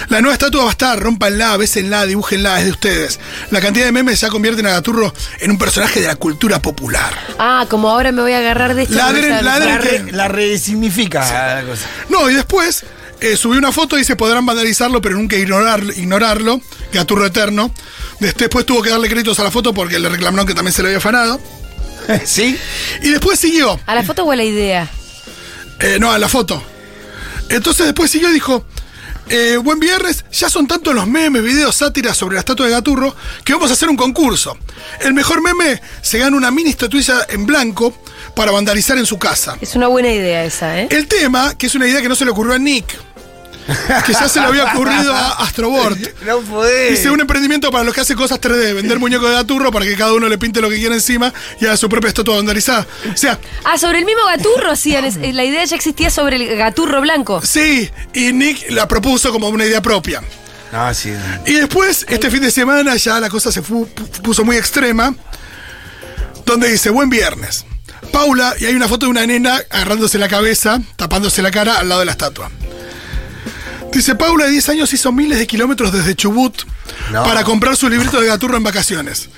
Speaker 2: La nueva estatua va a estar, rompanla, bésenla, dibújenla, es de ustedes. La cantidad de memes ya convierten a Gaturro en un personaje de la cultura popular.
Speaker 1: Ah, como ahora me voy a agarrar de esto.
Speaker 2: Ladren,
Speaker 1: me gusta-
Speaker 2: ladren.
Speaker 3: La, re- la resignifica la cosa.
Speaker 2: No, y después eh, subí una foto y dice podrán vandalizarlo, pero nunca ignorar, ignorarlo. Gaturro eterno. Después tuvo que darle créditos a la foto porque le reclamaron que también se le había afanado.
Speaker 3: ¿Sí?
Speaker 2: Y después siguió.
Speaker 1: ¿A la foto o a la idea?
Speaker 2: Eh, no, a la foto. Entonces después siguió y dijo, eh, buen viernes, ya son tantos los memes, videos, sátiras sobre la estatua de Gaturro, que vamos a hacer un concurso. El mejor meme se gana una mini estatuilla en blanco para vandalizar en su casa.
Speaker 1: Es una buena idea esa, ¿eh?
Speaker 2: El tema, que es una idea que no se le ocurrió a Nick, que ya se le había ocurrido a Astrobort.
Speaker 3: No podés.
Speaker 2: Dice un emprendimiento para los que hacen cosas 3D, vender muñecos de Gaturro para que cada uno le pinte lo que quiera encima y haga su propia estatua vandalizada. O sea,
Speaker 1: Ah, sobre el mismo Gaturro hacían. es- eh, la idea ya existía sobre el Gaturro blanco.
Speaker 2: sí, y Nick la propuso como una idea propia.
Speaker 3: No, sí.
Speaker 2: Y después, este fin de semana, ya la cosa se fu- pu- puso muy extrema. Donde dice, buen viernes. Paula, y hay una foto de una nena agarrándose la cabeza, tapándose la cara al lado de la estatua. Dice, Paula, de 10 años, hizo miles de kilómetros desde Chubut
Speaker 3: No.
Speaker 2: para comprar su librito de Gaturro en vacaciones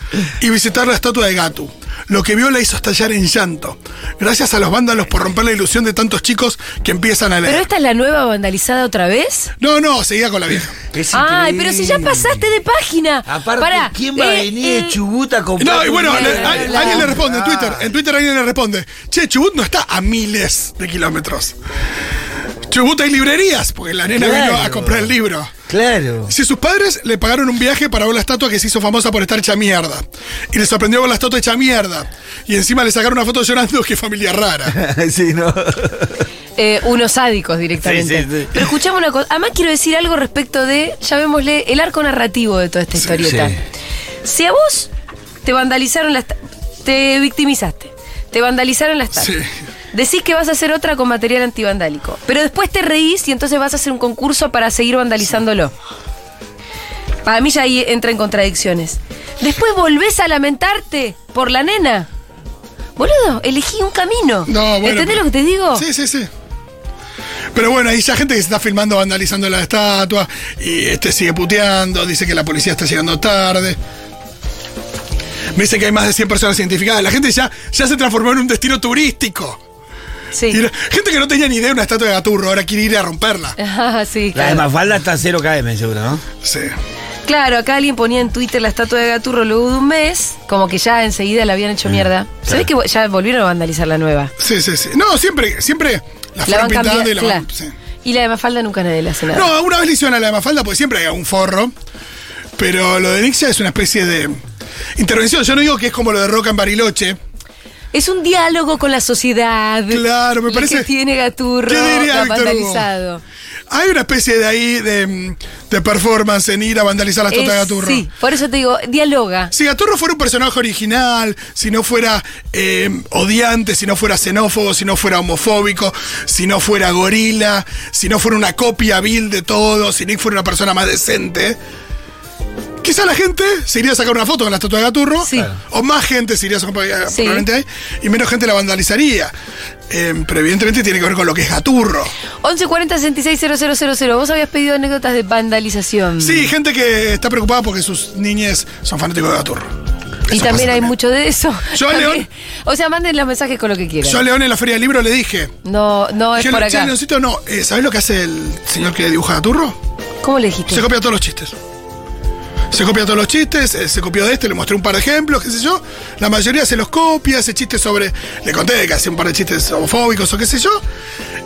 Speaker 2: y visitar la estatua de Gatu. Lo que vio la hizo estallar en llanto. Gracias a los vándalos por romper la ilusión de tantos chicos que empiezan a
Speaker 1: ¿Pero
Speaker 2: leer.
Speaker 1: esta es la nueva vandalizada otra vez?
Speaker 2: No, no, seguía con la vieja.
Speaker 3: Es
Speaker 1: Ay, pero si ya
Speaker 3: increíble.
Speaker 1: pasaste de página.
Speaker 3: Aparte,
Speaker 1: Pará,
Speaker 3: ¿quién va a
Speaker 1: eh,
Speaker 3: venir
Speaker 1: eh,
Speaker 3: de Chubut a comprar?
Speaker 2: No, y
Speaker 3: un
Speaker 2: bueno,
Speaker 3: libro?
Speaker 2: le- al-
Speaker 1: la-
Speaker 2: alguien le responde en
Speaker 3: Ay.
Speaker 2: Twitter. En Twitter alguien le responde. Che, Chubut no está a miles de kilómetros. Chubut hay librerías, porque la nena
Speaker 3: Claro.
Speaker 2: vino a comprar el libro.
Speaker 3: Claro.
Speaker 2: Si sus padres le pagaron un viaje para ver la estatua que se hizo famosa por estar hecha mierda. Y le sorprendió con la estatua hecha mierda. Y encima le sacaron una foto llorando, (laughs) qué familia rara.
Speaker 3: (laughs) sí, no.
Speaker 1: eh, unos sádicos directamente.
Speaker 3: Sí, sí, sí.
Speaker 1: Pero escuchame una cosa. Además, quiero decir algo respecto de, llamémosle, el arco narrativo de toda esta historieta.
Speaker 3: sí.
Speaker 1: Si a vos te vandalizaron la esta- te victimizaste, te vandalizaron la estatua.
Speaker 2: Sí.
Speaker 1: Decís que vas a hacer otra con material antivandálico, pero después te reís y entonces vas a hacer un concurso para seguir vandalizándolo. Para mí ya ahí entra en contradicciones. Después volvés a lamentarte por la nena. Boludo, elegí un camino.
Speaker 2: No, bueno,
Speaker 1: ¿Entendés
Speaker 2: pero-
Speaker 1: lo que te digo?
Speaker 2: Sí, sí, sí. Pero bueno, hay ya gente que se está filmando vandalizando la estatua y este sigue puteando, dice que la policía está llegando tarde. Me dice que hay más de 100 personas identificadas. La gente ya, ya se transformó en un destino turístico.
Speaker 1: Sí.
Speaker 2: Y la- gente que no tenía ni idea de una estatua de Gaturro, ahora quiere ir a romperla.
Speaker 1: Ah, (laughs) sí,
Speaker 3: La de
Speaker 1: claro.
Speaker 3: Mafalda está a 0 km, seguro, ¿no?
Speaker 2: Sí.
Speaker 1: Claro, acá alguien ponía en Twitter la estatua de Gaturro luego de un mes, como que ya enseguida la habían
Speaker 2: Mm,
Speaker 1: hecho mierda. ¿Sabés que vo- ya volvieron a vandalizar la nueva?
Speaker 2: Sí, sí, sí. No, siempre, siempre la,
Speaker 1: La
Speaker 2: fueron
Speaker 1: van cambiando.
Speaker 2: pintando y la van-
Speaker 1: claro.
Speaker 2: sí.
Speaker 1: Y la de Mafalda nunca nadie le hace nada.
Speaker 2: No, una vez le hicieron a la de Mafalda, porque siempre hay un forro. Pero lo de Nixia es una especie de intervención. Yo no digo que es como lo de Roca en Bariloche.
Speaker 1: Es un diálogo con la sociedad.
Speaker 2: Claro, me
Speaker 1: Lo
Speaker 2: parece-
Speaker 1: que tiene Gaturro
Speaker 2: ¿Qué diría
Speaker 1: la
Speaker 2: Víctor Hugo?
Speaker 1: vandalizado.
Speaker 2: Hay una especie de ahí de, mm, de performance en ir a vandalizar la estatua de
Speaker 1: Es-
Speaker 2: Gaturro.
Speaker 1: Sí, por eso te digo, dialoga.
Speaker 2: Si Gaturro fuera un personaje original, si no fuera eh, odiante, si no fuera xenófobo, si no fuera homofóbico, si no fuera gorila, si no fuera una copia vil de todo, si Nick fuera una persona más decente, quizá la gente se iría a sacar una foto con la estatua de Gaturro,
Speaker 1: Sí.
Speaker 2: o más gente se iría a sacar eh,
Speaker 1: Sí.
Speaker 2: probablemente ahí, y menos gente la vandalizaría. Eh, pero evidentemente tiene que ver con lo que es Gaturro.
Speaker 1: 1140 660000. Vos habías pedido anécdotas de vandalización.
Speaker 2: Sí, gente que está preocupada porque sus niñes son fanáticos de Gaturro.
Speaker 1: Y
Speaker 2: Eso
Speaker 1: también
Speaker 2: pasa
Speaker 1: hay mucho de eso. (laughs)
Speaker 2: Yo,
Speaker 1: También-
Speaker 2: León.
Speaker 1: O sea, manden los mensajes con lo que quieran.
Speaker 2: Yo a León en la Feria del Libro le dije,
Speaker 1: No, no es
Speaker 2: Che,
Speaker 1: por
Speaker 2: che,
Speaker 1: acá.
Speaker 2: Leoncito, no. Eh, ¿Sabés lo que hace el señor que dibuja a Turro?
Speaker 1: ¿Cómo le dijiste?
Speaker 2: Se copia todos los chistes. Se copia todos los chistes, eh, se copió de este, le mostré un par de ejemplos, qué sé yo. La mayoría se los copia, hace chistes sobre. Le conté que hacía un par de chistes homofóbicos o qué sé yo.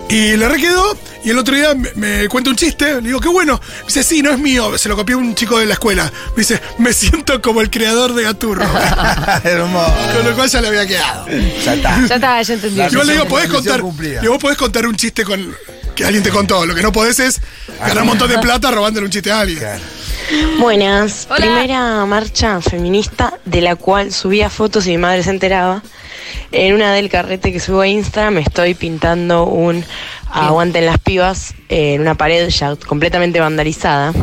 Speaker 2: Y le requedó. Y el otro día me, me cuenta un chiste. Le digo, qué bueno. Me dice, sí, no es mío. Se lo copió un chico de la escuela. Me dice, me siento como el creador de
Speaker 3: (laughs)
Speaker 2: Gaturro.
Speaker 3: (laughs) Hermoso.
Speaker 2: Con lo cual ya le había quedado.
Speaker 3: Ya está.
Speaker 1: Ya está, ya entendí.
Speaker 3: La
Speaker 2: Yo le digo,
Speaker 3: Misión-
Speaker 2: podés
Speaker 3: misión
Speaker 2: contar.
Speaker 3: cumplida.
Speaker 2: digo, vos podés contar un chiste con. que alguien te contó. Lo que no podés es ganar un
Speaker 3: (laughs)
Speaker 2: montón de plata robándole un chiste a alguien.
Speaker 3: Claro.
Speaker 7: Buenas,
Speaker 1: Hola.
Speaker 7: primera marcha feminista de la cual subía fotos y mi madre se enteraba. En una del carrete que subo a Instagram estoy pintando un aguanten las pibas en una pared ya completamente vandalizada.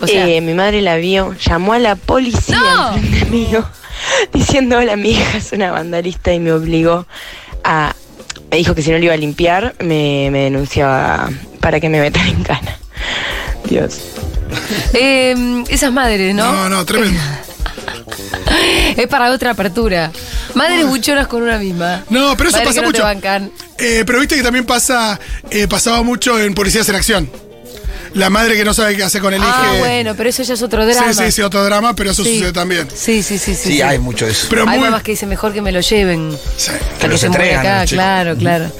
Speaker 1: O sea-
Speaker 7: Eh, mi madre la vio, llamó a la policía
Speaker 1: ¡No!
Speaker 7: enfrente (laughs) mío diciendo hola mi hija es una vandalista y me obligó a... Me dijo que si no lo iba a limpiar me, me denunciaba para que me metan en cana. Dios.
Speaker 1: Eh, esas madres, ¿no?
Speaker 2: No,
Speaker 1: (laughs)
Speaker 2: no, tremendo.
Speaker 1: Es para otra apertura. Madres buchonas con una misma.
Speaker 2: No, pero eso
Speaker 1: Madres
Speaker 2: pasa
Speaker 1: que no
Speaker 2: mucho.
Speaker 1: Te bancan.
Speaker 2: Eh, pero viste que también pasa. eh, pasaba mucho en Policías en Acción. La madre que no sabe qué hacer con el hijo.
Speaker 1: Ah, bueno, pero eso ya es otro drama.
Speaker 2: Sí, sí, sí, otro drama, pero eso
Speaker 1: Sí.
Speaker 2: sucede también.
Speaker 1: Sí, sí, sí, sí.
Speaker 3: Sí,
Speaker 1: sí.
Speaker 3: hay mucho de eso.
Speaker 2: Pero
Speaker 1: Hay
Speaker 2: muy.
Speaker 1: mamás que dicen mejor que me lo lleven.
Speaker 2: sí.
Speaker 1: Que,
Speaker 3: los
Speaker 1: se muere
Speaker 3: entregan,
Speaker 1: acá,
Speaker 3: los chicos.
Speaker 1: claro, claro.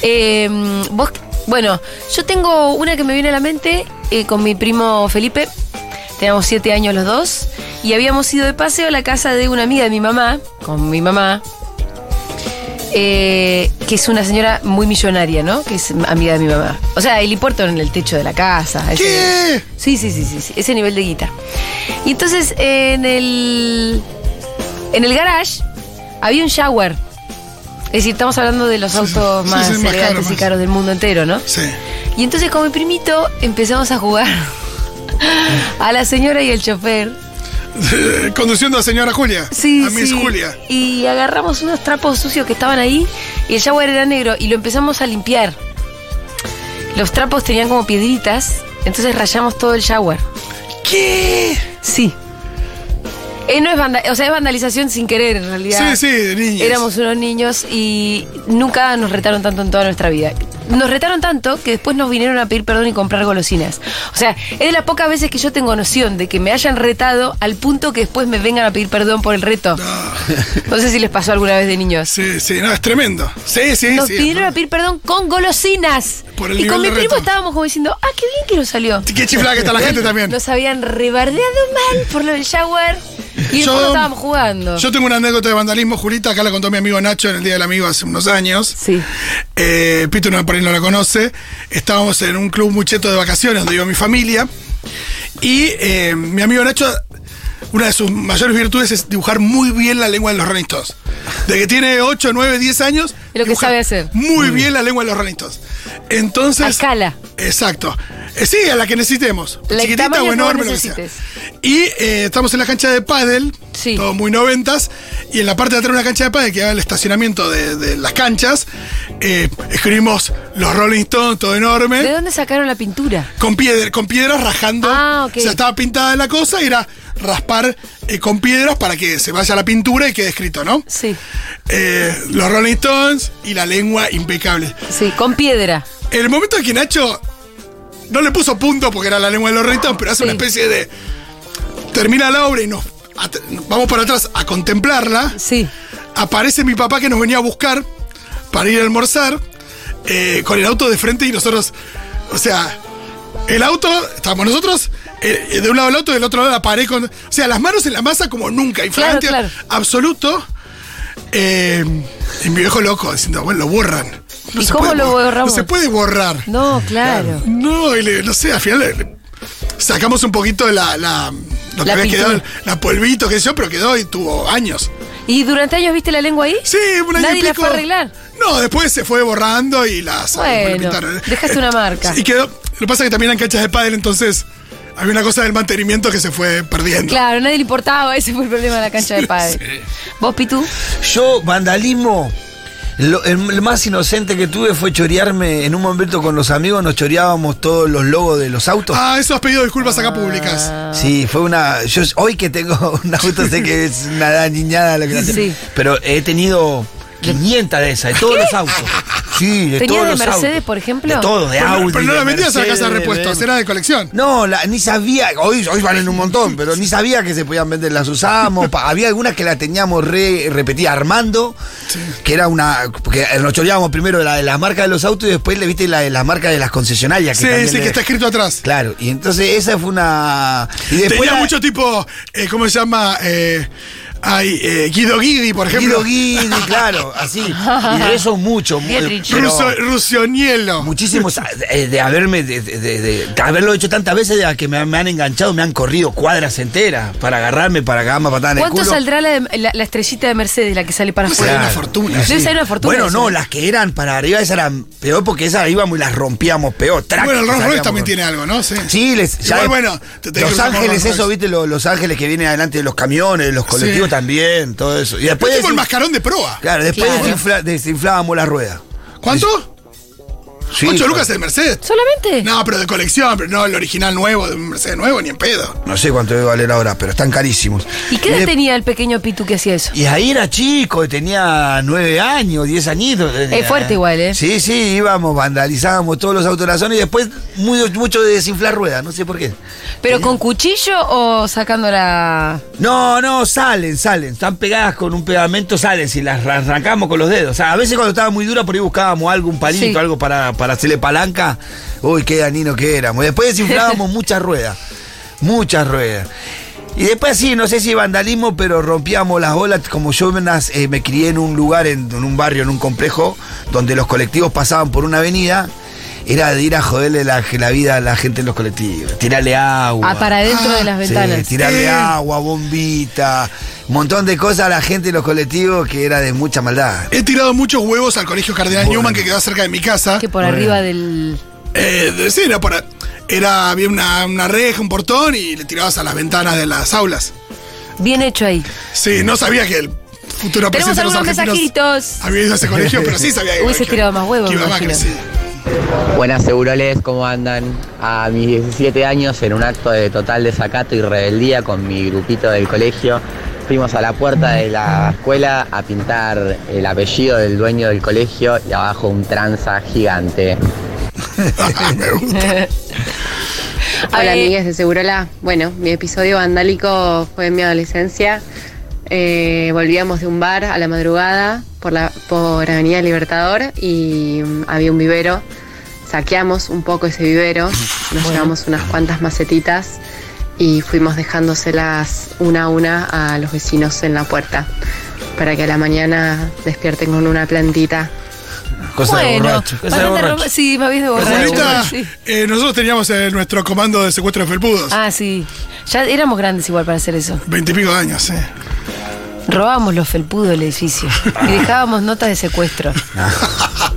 Speaker 1: Eh, vos, bueno, yo tengo una que me viene a la mente eh, con mi primo Felipe. Teníamos siete años los dos. Y habíamos ido de paseo a la casa de una amiga de mi mamá, con mi mamá, eh, que es una señora muy millonaria, ¿no? Que es amiga de mi mamá. O sea, helipuerto en el techo de la casa. ese-
Speaker 2: ¿Qué?
Speaker 1: Sí, sí, sí, sí, sí, ese nivel de guita. Y entonces eh, en el en el garage había un shower. Es decir, estamos hablando de los
Speaker 2: Sí, sí.
Speaker 1: autos
Speaker 2: Sí,
Speaker 1: más
Speaker 2: sí, más
Speaker 1: elegantes
Speaker 2: caros,
Speaker 1: y
Speaker 2: más.
Speaker 1: caros del mundo entero, ¿no?
Speaker 2: Sí.
Speaker 1: Y entonces con mi primito empezamos a jugar (laughs) a la señora y el chofer.
Speaker 2: Eh, Conduciendo a señora Julia.
Speaker 1: Sí,
Speaker 2: A Miss
Speaker 1: sí.
Speaker 2: Julia.
Speaker 1: Y agarramos unos trapos sucios que estaban ahí y el shower era negro y lo empezamos a limpiar. Los trapos tenían como piedritas, entonces rayamos todo el shower.
Speaker 2: ¿Qué?
Speaker 1: Sí. Eh, no es vanda- o sea, es vandalización sin querer, en realidad.
Speaker 2: Sí, sí, de niños.
Speaker 1: Éramos unos niños y nunca nos retaron tanto en toda nuestra vida. Nos retaron tanto que después nos vinieron a pedir perdón y comprar golosinas. O sea, es de las pocas veces que yo tengo noción de que me hayan retado al punto que después me vengan a pedir perdón por el reto. No sé si les pasó alguna vez de niños.
Speaker 2: Sí, sí, no, es tremendo. Sí, sí,
Speaker 1: Nos
Speaker 2: sí.
Speaker 1: pidieron a pedir perdón con golosinas.
Speaker 2: Por el
Speaker 1: y con mi
Speaker 2: nivel de
Speaker 1: primo
Speaker 2: reto.
Speaker 1: estábamos como diciendo, ah, qué bien que nos salió.
Speaker 2: Qué chiflada que
Speaker 1: (laughs)
Speaker 2: está la gente también.
Speaker 1: Nos habían rebardeado mal por lo del shower y
Speaker 2: Yo-
Speaker 1: después no estábamos jugando.
Speaker 2: Yo tengo una anécdota de vandalismo, Julita, acá la contó mi amigo Nacho en el Día del Amigo hace unos años.
Speaker 1: Sí.
Speaker 2: Eh, Pito no, por ahí no la conoce. Estábamos en un club mucheto de vacaciones donde iba mi familia. Y eh, mi amigo Nacho, una de sus mayores virtudes es dibujar muy bien la lengua de los Rolling Stones. De que tiene 8, 9, 10 años.
Speaker 1: Es lo que
Speaker 2: dibuja
Speaker 1: sabe hacer.
Speaker 2: Muy bien la lengua de los Rolling Stones. Entonces.
Speaker 1: A escala.
Speaker 2: Exacto. Eh, sí, a la que necesitemos.
Speaker 1: La
Speaker 2: Chiquitita
Speaker 1: tamaño que
Speaker 2: o
Speaker 1: vos
Speaker 2: enorme, lo que sea.
Speaker 1: necesites.
Speaker 2: Y eh, estamos en la cancha de pádel,
Speaker 1: Sí.
Speaker 2: todo muy noventas, y en la parte de atrás de una cancha de pádel que va al estacionamiento de, de las canchas, eh, escribimos los Rolling Stones, todo enorme.
Speaker 1: ¿De dónde sacaron la pintura?
Speaker 2: Con, piedra, con piedras rajando.
Speaker 1: Ah, ok.
Speaker 2: O sea, estaba pintada la cosa y era raspar eh, con piedras para que se vaya la pintura y quede escrito, ¿no?
Speaker 1: Sí,
Speaker 2: Eh, los Rolling Stones y la lengua impecable.
Speaker 1: sí, con piedra.
Speaker 2: En el momento en que Nacho no le puso punto porque era la lengua de los Rolling Stones, pero hace
Speaker 1: Sí.
Speaker 2: una especie de. Termina la obra y nos. at- Vamos para atrás a contemplarla.
Speaker 1: Sí.
Speaker 2: Aparece mi papá que nos venía a buscar para ir a almorzar eh, con el auto de frente y nosotros. O sea, el auto, estábamos nosotros eh, de un lado al auto y del otro lado la pared con. O sea, las manos en la masa como nunca, inflante
Speaker 1: claro.
Speaker 2: absoluto. Eh, y mi viejo loco diciendo, bueno, lo borran.
Speaker 1: ¿Y cómo
Speaker 2: puede
Speaker 1: lo
Speaker 2: borrar,
Speaker 1: borramos?
Speaker 2: No se puede borrar.
Speaker 1: No, claro.
Speaker 2: No, y le- no sé, al final le- sacamos un poquito de la, la- lo que
Speaker 1: La
Speaker 2: había
Speaker 1: pintura.
Speaker 2: quedado, la polvito, qué sé yo, pero quedó y tuvo años.
Speaker 1: ¿Y durante años viste la lengua ahí?
Speaker 2: Sí, un año
Speaker 1: ¿Nadie
Speaker 2: y
Speaker 1: la
Speaker 2: pico.
Speaker 1: fue a arreglar?
Speaker 2: No, después se fue borrando y las
Speaker 1: Bueno,
Speaker 2: pintaron.
Speaker 1: dejaste una marca.
Speaker 2: Y quedó. Lo que pasa es que también en canchas de pádel, entonces había una cosa del mantenimiento que se fue perdiendo.
Speaker 1: Claro, nadie le importaba, ese fue el problema de la cancha de padre. ¿Vos, Pitu?
Speaker 3: Yo, vandalismo. lo- el, el más inocente que tuve fue chorearme en un momento con los amigos, nos choreábamos todos los logos de los autos.
Speaker 2: Ah, eso has pedido disculpas acá públicas.
Speaker 3: Sí, fue una. Yo hoy que tengo (laughs) un auto sé que es una niñada lo que hace.
Speaker 1: Sí.
Speaker 3: Pero he tenido 500 de esas, de todos los autos. Sí, de
Speaker 1: ¿Tenías
Speaker 3: todos
Speaker 1: de
Speaker 3: los
Speaker 1: Mercedes,
Speaker 3: autos.
Speaker 1: por ejemplo?
Speaker 3: De todo, de
Speaker 2: Pero,
Speaker 3: Audi.
Speaker 2: pero no
Speaker 3: de
Speaker 2: la vendías a la
Speaker 3: Mercedes,
Speaker 2: casa de repuestos,
Speaker 3: BMW.
Speaker 2: era de colección.
Speaker 3: No, la- ni sabía, hoy, hoy valen un montón, pero ni sabía que se podían vender, las usábamos, pa- había algunas que la teníamos re, repetida armando, que era una, que nos choreábamos primero la de las marcas de los autos y después le viste la de las marcas de las concesionarias.
Speaker 2: Sí,
Speaker 3: también
Speaker 2: sí,
Speaker 3: le-
Speaker 2: que está escrito atrás.
Speaker 3: Claro, y entonces esa fue una... Y después
Speaker 2: Tenía
Speaker 3: la-
Speaker 2: mucho tipo, eh, ¿cómo se llama? Eh, hay, eh, Guido Guidi, por ejemplo.
Speaker 3: Guido Guidi, claro, así. Y de eso mucho, mu-
Speaker 1: Dietrich.
Speaker 3: pero
Speaker 2: Russo- Rusionielo.
Speaker 3: Muchísimos eh, de haberme de, de- de- de- de haberlo hecho tantas veces de que me, me han enganchado, me han corrido cuadras enteras para agarrarme, para agarrarme patada en el
Speaker 1: ¿Cuánto
Speaker 3: culo.
Speaker 1: saldrá la, de- la- la estrellita de Mercedes, la que sale para
Speaker 2: Sale
Speaker 1: afuera?
Speaker 2: una fortuna.
Speaker 1: Debe ser una fortuna.
Speaker 3: Bueno,
Speaker 1: eso. ¿eh?
Speaker 3: no, las que eran para arriba, esas eran peor porque esas íbamos y las rompíamos peor. trac,
Speaker 2: Bueno, el Rolls Royce
Speaker 3: salíamos
Speaker 2: también
Speaker 3: con-
Speaker 2: tiene algo, ¿no? Sí.
Speaker 3: Sí, les,
Speaker 2: Igual, bueno, te- te
Speaker 3: Los
Speaker 2: cruzamos
Speaker 3: Ángeles,
Speaker 2: Rolls Royce.
Speaker 3: eso, viste, Lo- los, Ángeles que vienen adelante de los camiones, los colectivos
Speaker 2: Sí.
Speaker 3: también, todo eso. Y después.
Speaker 2: Después tipo el
Speaker 3: desin-
Speaker 2: mascarón de proa.
Speaker 3: Claro, después
Speaker 1: Claro.
Speaker 3: desinfla- desinflábamos la rueda.
Speaker 2: ¿Cuánto?
Speaker 3: Sí,
Speaker 2: ¿Ocho
Speaker 3: claro.
Speaker 2: lucas el Mercedes?
Speaker 1: ¿Solamente?
Speaker 2: (laughs) No, pero de colección, pero no el original nuevo, de un Mercedes nuevo, ni en pedo.
Speaker 3: No sé cuánto debe valer ahora, pero están carísimos.
Speaker 1: ¿Y qué edad
Speaker 3: de-
Speaker 1: tenía el pequeño Pitu que hacía eso?
Speaker 3: Y ahí era chico, tenía nueve años, diez añitos.
Speaker 1: Es fuerte igual, ¿eh?
Speaker 3: Sí, sí, íbamos, vandalizábamos todos los autos de la zona y después muy- mucho de desinflar ruedas, no sé por qué.
Speaker 1: ¿Pero con cuchillo o sacando la...?
Speaker 3: No, no, salen, salen. Están pegadas con un pegamento, salen. Si las ra- arrancamos con los dedos. O sea, a veces cuando estaba muy dura, por ahí buscábamos algo, un palito,
Speaker 1: Sí.
Speaker 3: algo para, para hacerle palanca. Uy, qué danino que éramos.
Speaker 1: (laughs)
Speaker 3: Después desinflábamos muchas ruedas. Muchas ruedas. Y después sí, no sé si vandalismo, pero rompíamos las olas. Como yo me, nas- eh, me crié en un lugar, en, en un barrio, en un complejo, donde los colectivos pasaban por una avenida. Era de ir a joderle la, la vida a la gente en los colectivos. Tirarle agua.
Speaker 1: Ah, para dentro de las
Speaker 3: Sí,
Speaker 1: ventanas.
Speaker 3: tirarle
Speaker 2: Eh.
Speaker 3: agua, bombita, un montón de cosas a la gente y los colectivos que era de mucha maldad.
Speaker 2: He tirado muchos huevos al colegio Cardenal
Speaker 3: Bueno.
Speaker 2: Newman que quedaba cerca de mi casa.
Speaker 1: Que por
Speaker 3: Bueno.
Speaker 1: arriba del...
Speaker 2: Eh, de- sí, era por- Era, había una, una reja, un portón y le tirabas a las ventanas de las aulas.
Speaker 1: Bien hecho ahí.
Speaker 2: Sí, no sabía que el futuro
Speaker 1: Tenemos
Speaker 2: presidente de los
Speaker 1: algunos
Speaker 2: argentinos
Speaker 1: mensajitos.
Speaker 2: había ido a ese colegio, pero sí sabía que.
Speaker 1: Hubiese
Speaker 2: que-
Speaker 1: tirado más huevos,
Speaker 2: que iba
Speaker 1: me
Speaker 2: Macri,
Speaker 1: imagino.
Speaker 2: sí.
Speaker 1: (laughs)
Speaker 8: Buenas Seguroles, ¿cómo andan? A mis 17 años, en un acto de total desacato y rebeldía con mi grupito del colegio, fuimos a la puerta de la escuela a pintar el apellido del dueño del colegio y abajo un tranza gigante.
Speaker 2: Ah, Me gusta.
Speaker 9: Hola,
Speaker 1: Eh,
Speaker 9: amigas de Segurola. Bueno, mi episodio vandálico fue en mi adolescencia. Eh, volvíamos de un bar a la madrugada por, la, por Avenida Libertador y mm, había un vivero. Saqueamos un poco ese vivero, nos llevamos unas cuantas macetitas y fuimos dejándoselas una a una a los vecinos en la puerta para que a la mañana despierten con una plantita.
Speaker 3: Cosas de
Speaker 1: Bueno,
Speaker 3: borracho. Cosas de
Speaker 1: bastante
Speaker 3: borracho.
Speaker 1: ro- sí, me habéis de borracho.
Speaker 2: Juanita,
Speaker 1: sí.
Speaker 2: eh, nosotros teníamos eh, nuestro comando de secuestro de felpudos.
Speaker 1: Ah, sí. Ya éramos grandes igual para hacer eso.
Speaker 2: Veintipico de años, eh.
Speaker 1: Robábamos los felpudos del edificio
Speaker 3: Ah,
Speaker 1: y dejábamos notas de secuestro.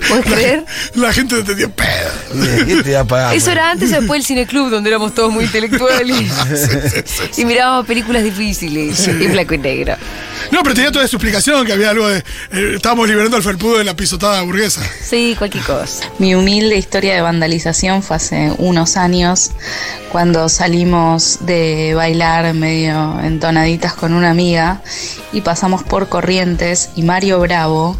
Speaker 1: ¿Puedes creer?
Speaker 2: La gente no entendía pedo.
Speaker 3: Bien, ¿Quién te va a pagar?
Speaker 1: Eso
Speaker 3: pues?
Speaker 1: era antes o después del cineclub, donde éramos todos muy
Speaker 3: (laughs)
Speaker 1: intelectuales.
Speaker 2: (laughs)
Speaker 1: Y mirábamos películas difíciles, en blanco y negro.
Speaker 2: No, pero tenía toda su explicación que había algo de. eh, estábamos liberando al felpudo de la pisotada burguesa.
Speaker 1: Sí, cualquier cosa.
Speaker 10: Mi humilde historia de vandalización fue hace unos años, cuando salimos de bailar medio entonaditas con una amiga y pasamos por Corrientes y Mario Bravo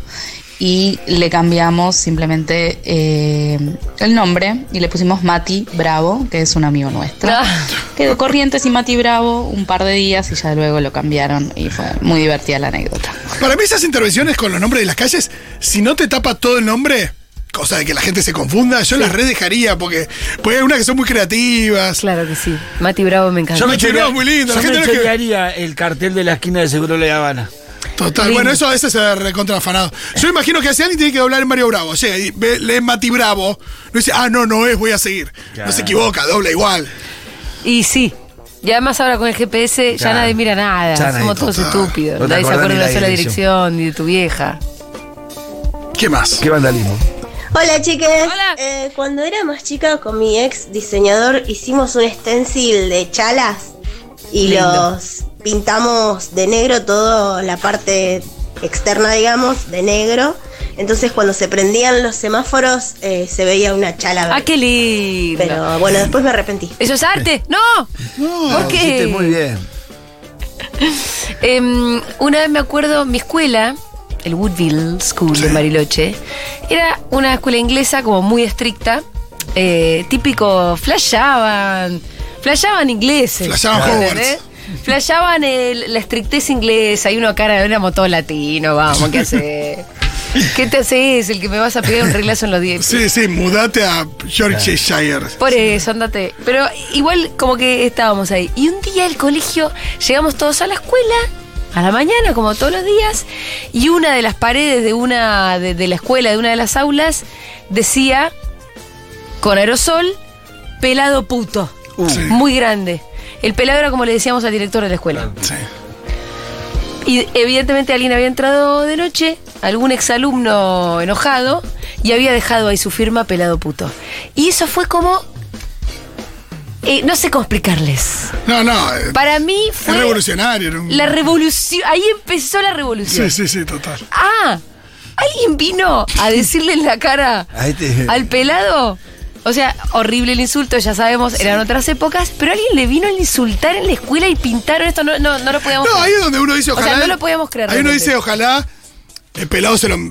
Speaker 10: y le cambiamos simplemente eh, el nombre y le pusimos Mati Bravo, que es un amigo nuestro.
Speaker 1: Ah.
Speaker 10: Quedó Corrientes y Mati Bravo un par de días y ya luego lo cambiaron y fue muy divertida la anécdota.
Speaker 2: Para mí, esas intervenciones con los nombres de las calles, si no te tapa todo el nombre, cosa de que la gente se confunda, yo las redejaría porque, porque hay unas que son muy creativas.
Speaker 1: Claro que sí. Mati Bravo me encanta.
Speaker 2: Yo me chorea- muy lindo, la
Speaker 3: yo
Speaker 2: gente no
Speaker 3: me
Speaker 2: es que-
Speaker 3: chorearía el cartel de la esquina de Seguro de La Habana.
Speaker 2: Total,
Speaker 1: Lindo.
Speaker 2: bueno, eso a veces se ve recontrafanado. Yo imagino que hace alguien tiene que doblar en Mario Bravo. Llega y ve- lee Mati Bravo. No dice, ah, no, no es, voy a seguir. No se equivoca, dobla igual.
Speaker 1: Y sí. Y además ahora con el GPS ya
Speaker 3: Claro.
Speaker 1: nadie mira nada.
Speaker 3: Ya nadie,
Speaker 1: Somos todos
Speaker 3: total.
Speaker 1: estúpidos.
Speaker 3: No te
Speaker 1: nadie se
Speaker 3: acordás
Speaker 1: acuerda
Speaker 3: ni
Speaker 1: de una
Speaker 3: la
Speaker 1: sola dirección
Speaker 3: dirección.
Speaker 1: ni de tu vieja.
Speaker 2: ¿Qué más?
Speaker 3: Qué vandalismo.
Speaker 11: Hola chicas.
Speaker 1: Hola.
Speaker 11: Eh, cuando era más chica con mi ex diseñador hicimos un stencil de chalas y
Speaker 1: Lindo.
Speaker 11: los pintamos de negro toda la parte externa, digamos, de negro. Entonces cuando se prendían los semáforos eh, se veía una chala.
Speaker 1: Ah,
Speaker 11: verde.
Speaker 1: qué lindo.
Speaker 11: Pero bueno, después me arrepentí.
Speaker 1: ¿Eso es arte? ¡No! ¿Por
Speaker 3: Lo hiciste
Speaker 1: qué?
Speaker 3: Muy bien.
Speaker 1: Em, una vez me acuerdo, mi escuela, el Woodville School de Mariloche, era una escuela inglesa como muy estricta, eh, típico, flashaban, flashaban ingleses.
Speaker 2: Flashaban
Speaker 1: ¿entendés?
Speaker 2: Hogwarts.
Speaker 1: Flashaban el- la estrictez inglesa y uno cara de una moto latino, vamos, ¿qué
Speaker 3: (laughs)
Speaker 1: hace? ¿Qué te haces? El que me vas a pegar un reglazo en los 10.
Speaker 2: Sí, sí, mudate a Yorkshire.
Speaker 1: Por eso, andate. Pero igual como que estábamos ahí. Y un día el colegio, llegamos todos a la escuela, a la mañana, como todos los días, y una de las paredes de una de, de la escuela, de una de las aulas, decía, con aerosol, pelado puto. Muy grande. El pelado era como le decíamos al director de la escuela.
Speaker 2: Sí.
Speaker 1: Y evidentemente alguien había entrado de noche, algún exalumno enojado, y había dejado ahí su firma pelado puto. Y eso fue como. eh, no sé cómo explicarles.
Speaker 2: No, no. eh,
Speaker 1: Para mí
Speaker 2: Es
Speaker 1: fue.
Speaker 2: revolucionario. ¿no?
Speaker 1: La revolución. Ahí empezó la revolución.
Speaker 2: Sí, sí, sí, total.
Speaker 1: Ah, alguien vino a decirle en la cara
Speaker 3: Ahí te-
Speaker 1: al pelado. O sea, horrible el insulto, ya sabemos, eran otras épocas, pero alguien le vino a insultar en la escuela y pintaron esto, no, no, no lo podíamos
Speaker 2: No,
Speaker 1: creer.
Speaker 2: ahí es donde uno dice
Speaker 1: O sea,
Speaker 2: ojalá.
Speaker 1: no lo podíamos creer
Speaker 2: Ahí uno
Speaker 1: realmente.
Speaker 2: dice ojalá el pelado se lo m-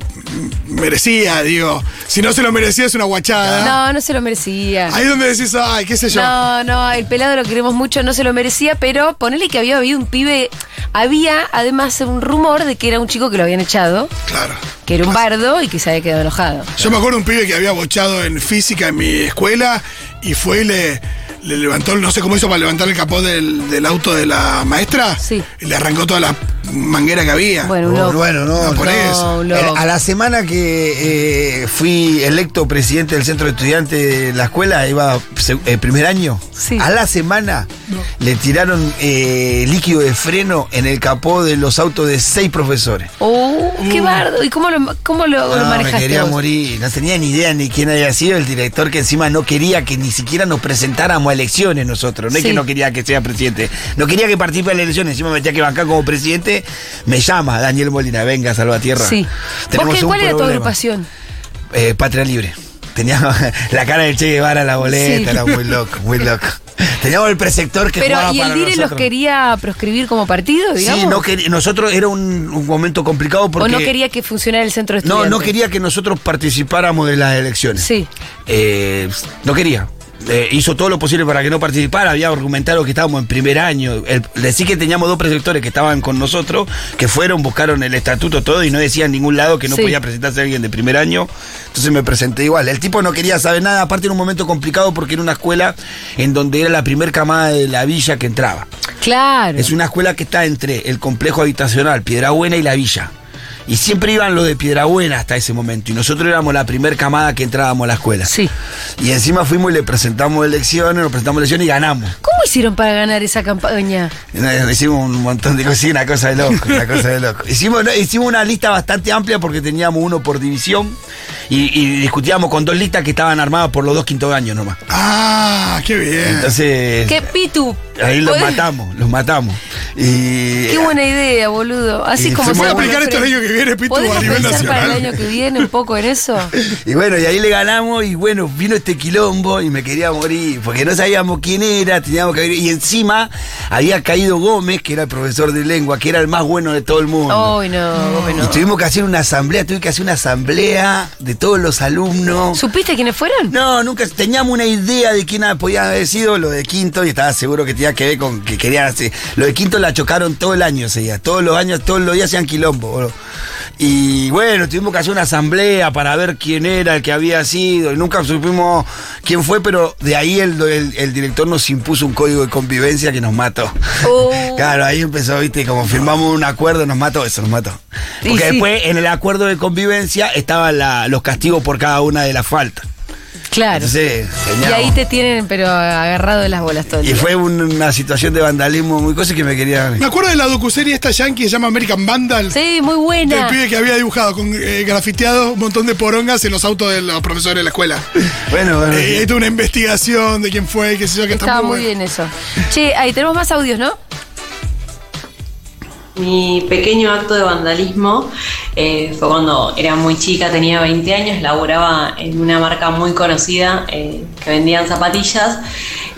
Speaker 2: merecía, digo. Si no se lo merecía es una guachada.
Speaker 1: No, no se lo merecía.
Speaker 2: Ahí es donde decís, ay, qué sé yo.
Speaker 1: No, no, el pelado lo queremos mucho, no se lo merecía, pero ponele que había habido un pibe. Había además un rumor de que era un chico que lo habían echado,
Speaker 2: Claro.
Speaker 1: que era un bardo y que se había quedado enojado.
Speaker 2: Yo me acuerdo un pibe que había bochado en física en mi escuela y fue y le, le levantó, no sé cómo hizo para levantar el capó del, del auto de la maestra.
Speaker 1: Sí.
Speaker 2: Y le arrancó toda la manguera que había.
Speaker 1: Bueno, un
Speaker 3: Oh,
Speaker 1: loco.
Speaker 3: bueno, no,
Speaker 2: No, por
Speaker 3: no.
Speaker 2: eso.
Speaker 1: un loco.
Speaker 3: A la semana que eh, fui electo presidente del centro de estudiantes de la escuela, iba se- eh, primer año.
Speaker 1: Sí.
Speaker 3: A la semana le tiraron eh, líquido de freno en el capó de los autos de seis profesores.
Speaker 1: Oh, qué bardo. ¿Y cómo lo, cómo lo, lo
Speaker 3: No, me
Speaker 1: manejaste?
Speaker 3: quería
Speaker 1: vos?
Speaker 3: morir, no tenía ni idea ni quién había sido el director que encima no quería que ni siquiera nos presentáramos a elecciones nosotros, no es
Speaker 1: Sí.
Speaker 3: que no quería que sea presidente, no quería que participe en las elecciones, encima me tenía que bancar como presidente, me llama Daniel Molina, venga, Salvatierra.
Speaker 1: Sí. ¿Vos
Speaker 3: Tenemos
Speaker 1: qué,
Speaker 3: un
Speaker 1: ¿Cuál era tu
Speaker 3: problema.
Speaker 1: agrupación?
Speaker 3: Eh, Patria Libre. Teníamos (laughs) la cara del Che Guevara, la boleta,
Speaker 1: Sí.
Speaker 3: era muy loco, muy loco. Teníamos el preceptor que
Speaker 1: Pero,
Speaker 3: jugaba
Speaker 1: ¿y el
Speaker 3: para
Speaker 1: DIRE los
Speaker 3: nosotros.
Speaker 1: quería proscribir como partido, digamos?
Speaker 3: Sí, no quería- nosotros era un, un momento complicado porque...
Speaker 1: ¿O no quería que funcionara el centro de
Speaker 3: No,
Speaker 1: estudiantes?
Speaker 3: no quería que nosotros participáramos de las elecciones.
Speaker 1: Sí.
Speaker 3: Eh, no quería. Eh, hizo todo lo posible para que no participara, había argumentado que estábamos en primer año. El, decir que teníamos dos preceptores que estaban con nosotros, que fueron, buscaron el estatuto, todo, y no decía en ningún lado que no
Speaker 1: Sí.
Speaker 3: podía presentarse alguien de primer año. Entonces me presenté igual. El tipo no quería saber nada, aparte era un momento complicado porque era una escuela en donde era la primer camada de la villa que entraba.
Speaker 1: Claro.
Speaker 3: Es una escuela que está entre el complejo habitacional Piedra Buena y la villa. Y siempre iban los de Piedrabuena hasta ese momento. Y nosotros éramos la primer camada que entrábamos a la escuela.
Speaker 1: Sí.
Speaker 3: Y encima fuimos y le presentamos elecciones, nos presentamos elecciones y ganamos.
Speaker 1: ¿Cómo hicieron para ganar esa campaña?
Speaker 3: Eh, Hicimos un montón de cosas, una cosa de loco, una cosa de loco. Hicimos, no, hicimos una lista bastante amplia porque teníamos uno por división y, y discutíamos con dos listas que estaban armadas por los dos quinto años nomás.
Speaker 2: Ah, qué bien.
Speaker 3: Entonces,
Speaker 1: ¡Qué pitu!
Speaker 3: ahí los
Speaker 1: Podés-
Speaker 3: matamos, los matamos. Y,
Speaker 1: ¡Qué buena idea, boludo! Así
Speaker 3: Y
Speaker 1: como
Speaker 3: se puede
Speaker 1: somos
Speaker 3: aplicar esto el
Speaker 1: nosotros.
Speaker 3: año que viene, Pitu, a
Speaker 1: ¿Podemos
Speaker 3: nivel
Speaker 1: pensar para el
Speaker 3: nacional?
Speaker 1: año que viene un poco en eso?
Speaker 3: (laughs) y bueno, y ahí le ganamos y bueno, vino este quilombo y me quería morir porque no sabíamos quién era, teníamos que ver. Y encima había caído Gómez, que era el profesor de lengua, que era el más bueno de todo el mundo.
Speaker 1: ¡Ay, no!
Speaker 3: Y
Speaker 1: Oh, Bueno.
Speaker 3: tuvimos que hacer una asamblea, tuvimos que hacer una asamblea de todos los alumnos.
Speaker 1: ¿Supiste quiénes fueron?
Speaker 3: No, nunca teníamos una idea de quién podía haber sido lo de quinto y estaba seguro que tenía que ver con que querían hacer. Lo de quinto la chocaron todo el año ese día, todos los años, todos los días hacían quilombo. boludo. Y bueno, tuvimos que hacer una asamblea para ver quién era el que había sido y nunca supimos quién fue, pero de ahí el, el- el director nos impuso un código de convivencia que nos mató.
Speaker 1: Oh.
Speaker 3: (laughs) Claro, ahí empezó, viste, como firmamos un acuerdo, nos mató eso, nos mató.
Speaker 1: Y
Speaker 3: Porque
Speaker 1: sí.
Speaker 3: después en el acuerdo de convivencia estaban la- los castigos por cada una de las faltas.
Speaker 1: Claro.
Speaker 3: Entonces,
Speaker 1: Y
Speaker 3: soñamos.
Speaker 1: ahí te tienen, pero agarrado de las bolas todo el
Speaker 3: Y
Speaker 1: día.
Speaker 3: fue un- una situación de vandalismo muy cosa que me quería.
Speaker 2: Me acuerdo de la docuserie esta yankee que se llama American Vandal.
Speaker 1: Sí, muy
Speaker 2: Del
Speaker 1: buena.
Speaker 2: pibe que había dibujado con eh, grafiteado un montón de porongas en los autos de los profesores de la escuela.
Speaker 3: Bueno, bueno.
Speaker 2: Eh, ahí tuve una investigación de quién fue, qué sé yo, que está
Speaker 1: Estaba muy
Speaker 2: bueno.
Speaker 1: bien eso. Che, ahí tenemos más audios, ¿no?
Speaker 12: Mi pequeño acto de vandalismo eh, fue cuando era muy chica, tenía 20 años, laburaba en una marca muy conocida eh, que vendían zapatillas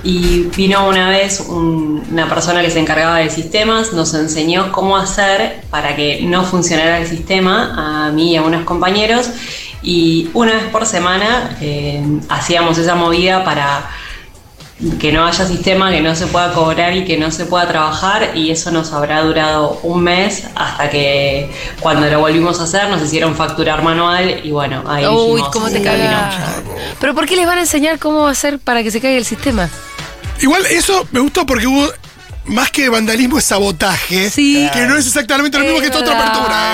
Speaker 12: y vino una vez un- una persona que se encargaba de sistemas, nos enseñó cómo hacer para que no funcionara el sistema a mí y a unos compañeros y una vez por semana eh, hacíamos esa movida para que no haya sistema, que no se pueda cobrar y que no se pueda trabajar y eso nos habrá durado un mes hasta que cuando lo volvimos a hacer nos hicieron facturar manual y bueno, ahí
Speaker 1: Uy,
Speaker 12: dijimos,
Speaker 1: cómo te
Speaker 12: "Uh,
Speaker 1: cagaron. Pero ¿por qué les van a enseñar cómo hacer para que se caiga el sistema?
Speaker 2: Igual eso me gustó porque hubo más que vandalismo es sabotaje.
Speaker 1: Sí.
Speaker 2: Que no es exactamente lo mismo que esta otra
Speaker 1: verdad,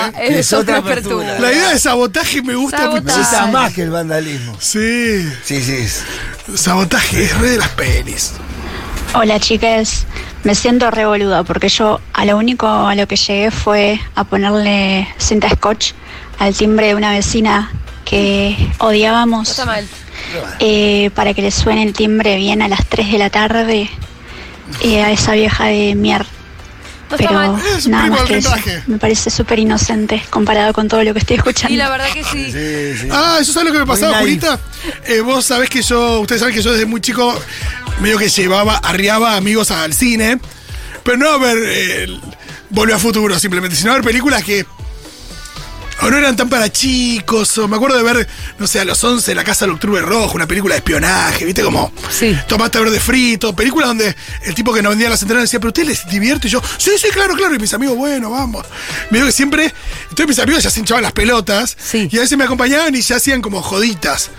Speaker 2: apertura. ¿eh?
Speaker 1: Es, otra apertura.
Speaker 2: La idea de sabotaje me gusta.
Speaker 1: Sabotaje.
Speaker 2: Sí,
Speaker 3: Pesa más que el vandalismo.
Speaker 2: Sí.
Speaker 3: Sí, sí. sí.
Speaker 2: Sabotaje es re de las pelis.
Speaker 13: Hola chicas, me siento revoluda porque yo a lo único a lo que llegué fue a ponerle cinta scotch al timbre de una vecina que odiábamos
Speaker 1: Está mal.
Speaker 13: eh, para que le suene el timbre bien a las 3 de la tarde eh, a esa vieja de mierda.
Speaker 1: No está
Speaker 13: Pero
Speaker 1: mal. Es un
Speaker 13: nada
Speaker 1: primo
Speaker 13: más
Speaker 1: del
Speaker 13: que eso.
Speaker 1: rendaje.
Speaker 13: me parece súper inocente comparado con todo lo que estoy escuchando.
Speaker 1: Y la verdad que sí.
Speaker 3: Sí, sí.
Speaker 2: Ah, ¿eso sabes lo que me pasaba,
Speaker 3: Muy naif.
Speaker 2: Julita? Eh, vos sabés que yo, ustedes saben que yo desde muy chico medio que llevaba, arriaba amigos al cine, pero no a ver eh, el- Volver a Futuro simplemente, sino a ver películas que o no eran tan para chicos, o me acuerdo de ver, no sé, a los 11, La Casa del Octubre Rojo, una película de espionaje, ¿viste? Como
Speaker 1: Sí.
Speaker 2: Tomate Verde Frito, películas donde el tipo que nos vendía las entradas decía, pero usted les divierte, y yo, sí, sí, claro, claro, y mis amigos, bueno, vamos. Me digo que siempre, entonces mis amigos ya se hinchaban las pelotas,
Speaker 1: Sí.
Speaker 2: y a veces me acompañaban y ya hacían como joditas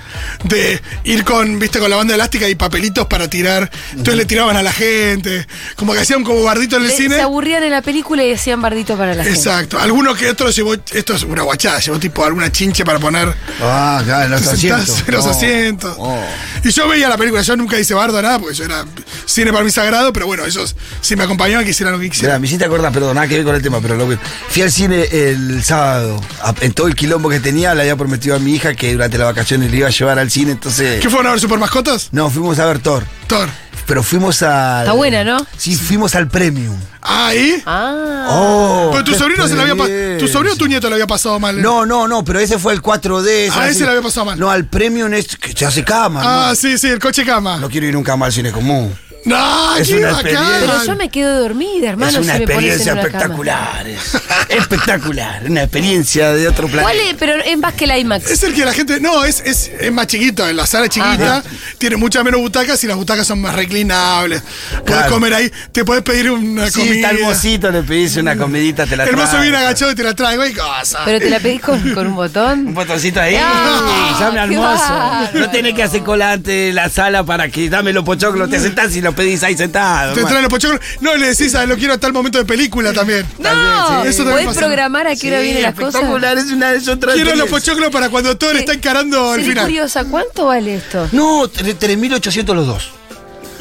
Speaker 2: de ir con, viste, con la banda elástica y papelitos para tirar, entonces le tiraban a la gente, como que hacían como bardito en el
Speaker 1: Le-
Speaker 2: cine.
Speaker 1: Se aburrían en la película y hacían bardito para la gente.
Speaker 2: Exacto. Alguno que otro llevó, esto es una guachada, llevó tipo alguna chinche para poner
Speaker 3: Ah, claro, en los
Speaker 2: te sentás
Speaker 3: asientos.
Speaker 2: en (laughs) los
Speaker 3: No.
Speaker 2: asientos.
Speaker 3: Oh.
Speaker 2: Y yo veía la película, yo nunca hice bardo nada, porque yo era cine para mi sagrado, pero bueno, ellos si me acompañaban que hicieran lo que
Speaker 3: Mirá,
Speaker 2: quisieran.
Speaker 3: me hiciste acordar, perdón, nada que ver con el tema, pero lo que. Fui al cine el sábado. a- En todo el quilombo que tenía, le había prometido a mi hija que durante las vacaciones le iba a llevar al cine, entonces.
Speaker 2: ¿Qué fueron a ver super mascotas?
Speaker 3: No, fuimos a ver Thor.
Speaker 2: Thor.
Speaker 3: Pero fuimos a.
Speaker 1: Está buena, ¿no?
Speaker 3: Sí, fuimos al premium.
Speaker 2: Ahí.
Speaker 1: Ah.
Speaker 3: Oh.
Speaker 2: pero tu
Speaker 3: qué
Speaker 2: sobrino se la había pas- Tu sobrino o tu nieto le había pasado mal. ¿eh?
Speaker 3: No, no, no, pero ese fue el 4D.
Speaker 2: Ah, ese
Speaker 3: sí.
Speaker 2: le había pasado mal.
Speaker 3: No, al premium es que se hace cama.
Speaker 2: Ah,
Speaker 3: ¿no?
Speaker 2: sí, sí, el coche cama.
Speaker 3: No quiero ir nunca más al cine común.
Speaker 2: No,
Speaker 3: Es
Speaker 2: qué
Speaker 3: una
Speaker 2: bacán.
Speaker 3: experiencia.
Speaker 1: Pero yo me quedo dormida, hermano.
Speaker 3: es una
Speaker 1: si me pones en
Speaker 3: experiencia
Speaker 1: una cama.
Speaker 3: espectacular.
Speaker 2: (laughs)
Speaker 3: es espectacular. Una experiencia de otro planeta.
Speaker 1: ¿Cuál es? Pero es más que la IMAX.
Speaker 2: Es el que la gente. No, es, es, es más chiquito, en la sala es chiquita, tiene muchas menos butacas y las butacas son más reclinables. Puedes
Speaker 3: Claro.
Speaker 2: comer ahí, te puedes pedir una
Speaker 3: Sí,
Speaker 2: comida.
Speaker 3: está el mocito, le pedís una comidita, te la
Speaker 2: el mozo
Speaker 3: trae.
Speaker 2: viene agachado y te la trae, güey, cosa.
Speaker 1: Pero te la pedís con, con un
Speaker 3: Un (laughs)
Speaker 1: botón.
Speaker 3: botoncito ahí,
Speaker 1: Ah,
Speaker 3: llame al
Speaker 1: qué
Speaker 3: mozo.
Speaker 1: bárbaro.
Speaker 3: No tenés que hacer colante de la sala para que dame los pochoclos, te sentás y lo nos pedís ahí sentado.
Speaker 2: Te traen los pochoclos. No, le decís, ah, lo quiero hasta el momento de película también.
Speaker 1: No,
Speaker 2: Eso también
Speaker 1: podés
Speaker 2: pasa.
Speaker 1: programar a qué hora
Speaker 2: Sí,
Speaker 1: vienen las cosas.
Speaker 2: espectacular,
Speaker 3: es una es otra
Speaker 2: Quiero los pochoclos para cuando Thor está encarando al
Speaker 1: Sería
Speaker 2: final.
Speaker 1: curiosa, ¿cuánto vale esto?
Speaker 3: No, 3.800 los dos.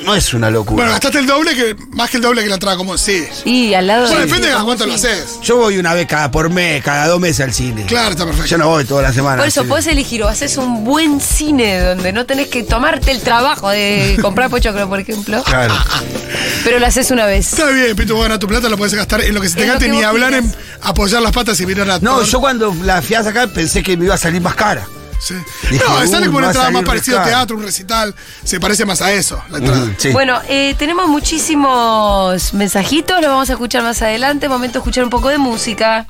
Speaker 3: No es una locura.
Speaker 2: Bueno, gastaste el doble, que más que el doble que la entrada como sí.
Speaker 1: Y al lado
Speaker 2: Bueno,
Speaker 1: de-
Speaker 2: depende de cuánto
Speaker 1: Sí.
Speaker 2: lo haces.
Speaker 3: Yo voy una vez cada por mes, cada dos meses al cine.
Speaker 2: Claro, está perfecto.
Speaker 3: Yo no voy toda la semana.
Speaker 1: Por eso
Speaker 3: al
Speaker 1: podés elegir o haces un buen cine donde no tenés que tomarte el trabajo
Speaker 3: (laughs)
Speaker 1: de comprar pochoclo, por ejemplo,
Speaker 3: cine. Claro.
Speaker 1: pero lo haces una vez.
Speaker 2: Está bien, Pitu, vos ganar tu plata, la puedes gastar en lo que se te
Speaker 1: En lo
Speaker 2: gaste,
Speaker 1: que
Speaker 2: ni
Speaker 1: vos
Speaker 2: hablar
Speaker 1: quieras.
Speaker 2: en apoyar las patas y mirar a
Speaker 3: No,
Speaker 2: Thor.
Speaker 3: yo cuando la fui a sacar pensé que me iba a salir más cara.
Speaker 2: Sí.
Speaker 3: Dije,
Speaker 2: no,
Speaker 3: "Uy,
Speaker 2: sale como
Speaker 3: va
Speaker 2: una
Speaker 3: a
Speaker 2: entrada más
Speaker 3: salir
Speaker 2: parecida a
Speaker 3: cara".
Speaker 2: teatro, un recital. Se parece más a eso, la entrada.
Speaker 3: Ujú, sí.
Speaker 1: Bueno, eh, tenemos muchísimos mensajitos, los vamos a escuchar más adelante. Momento de escuchar un poco de música.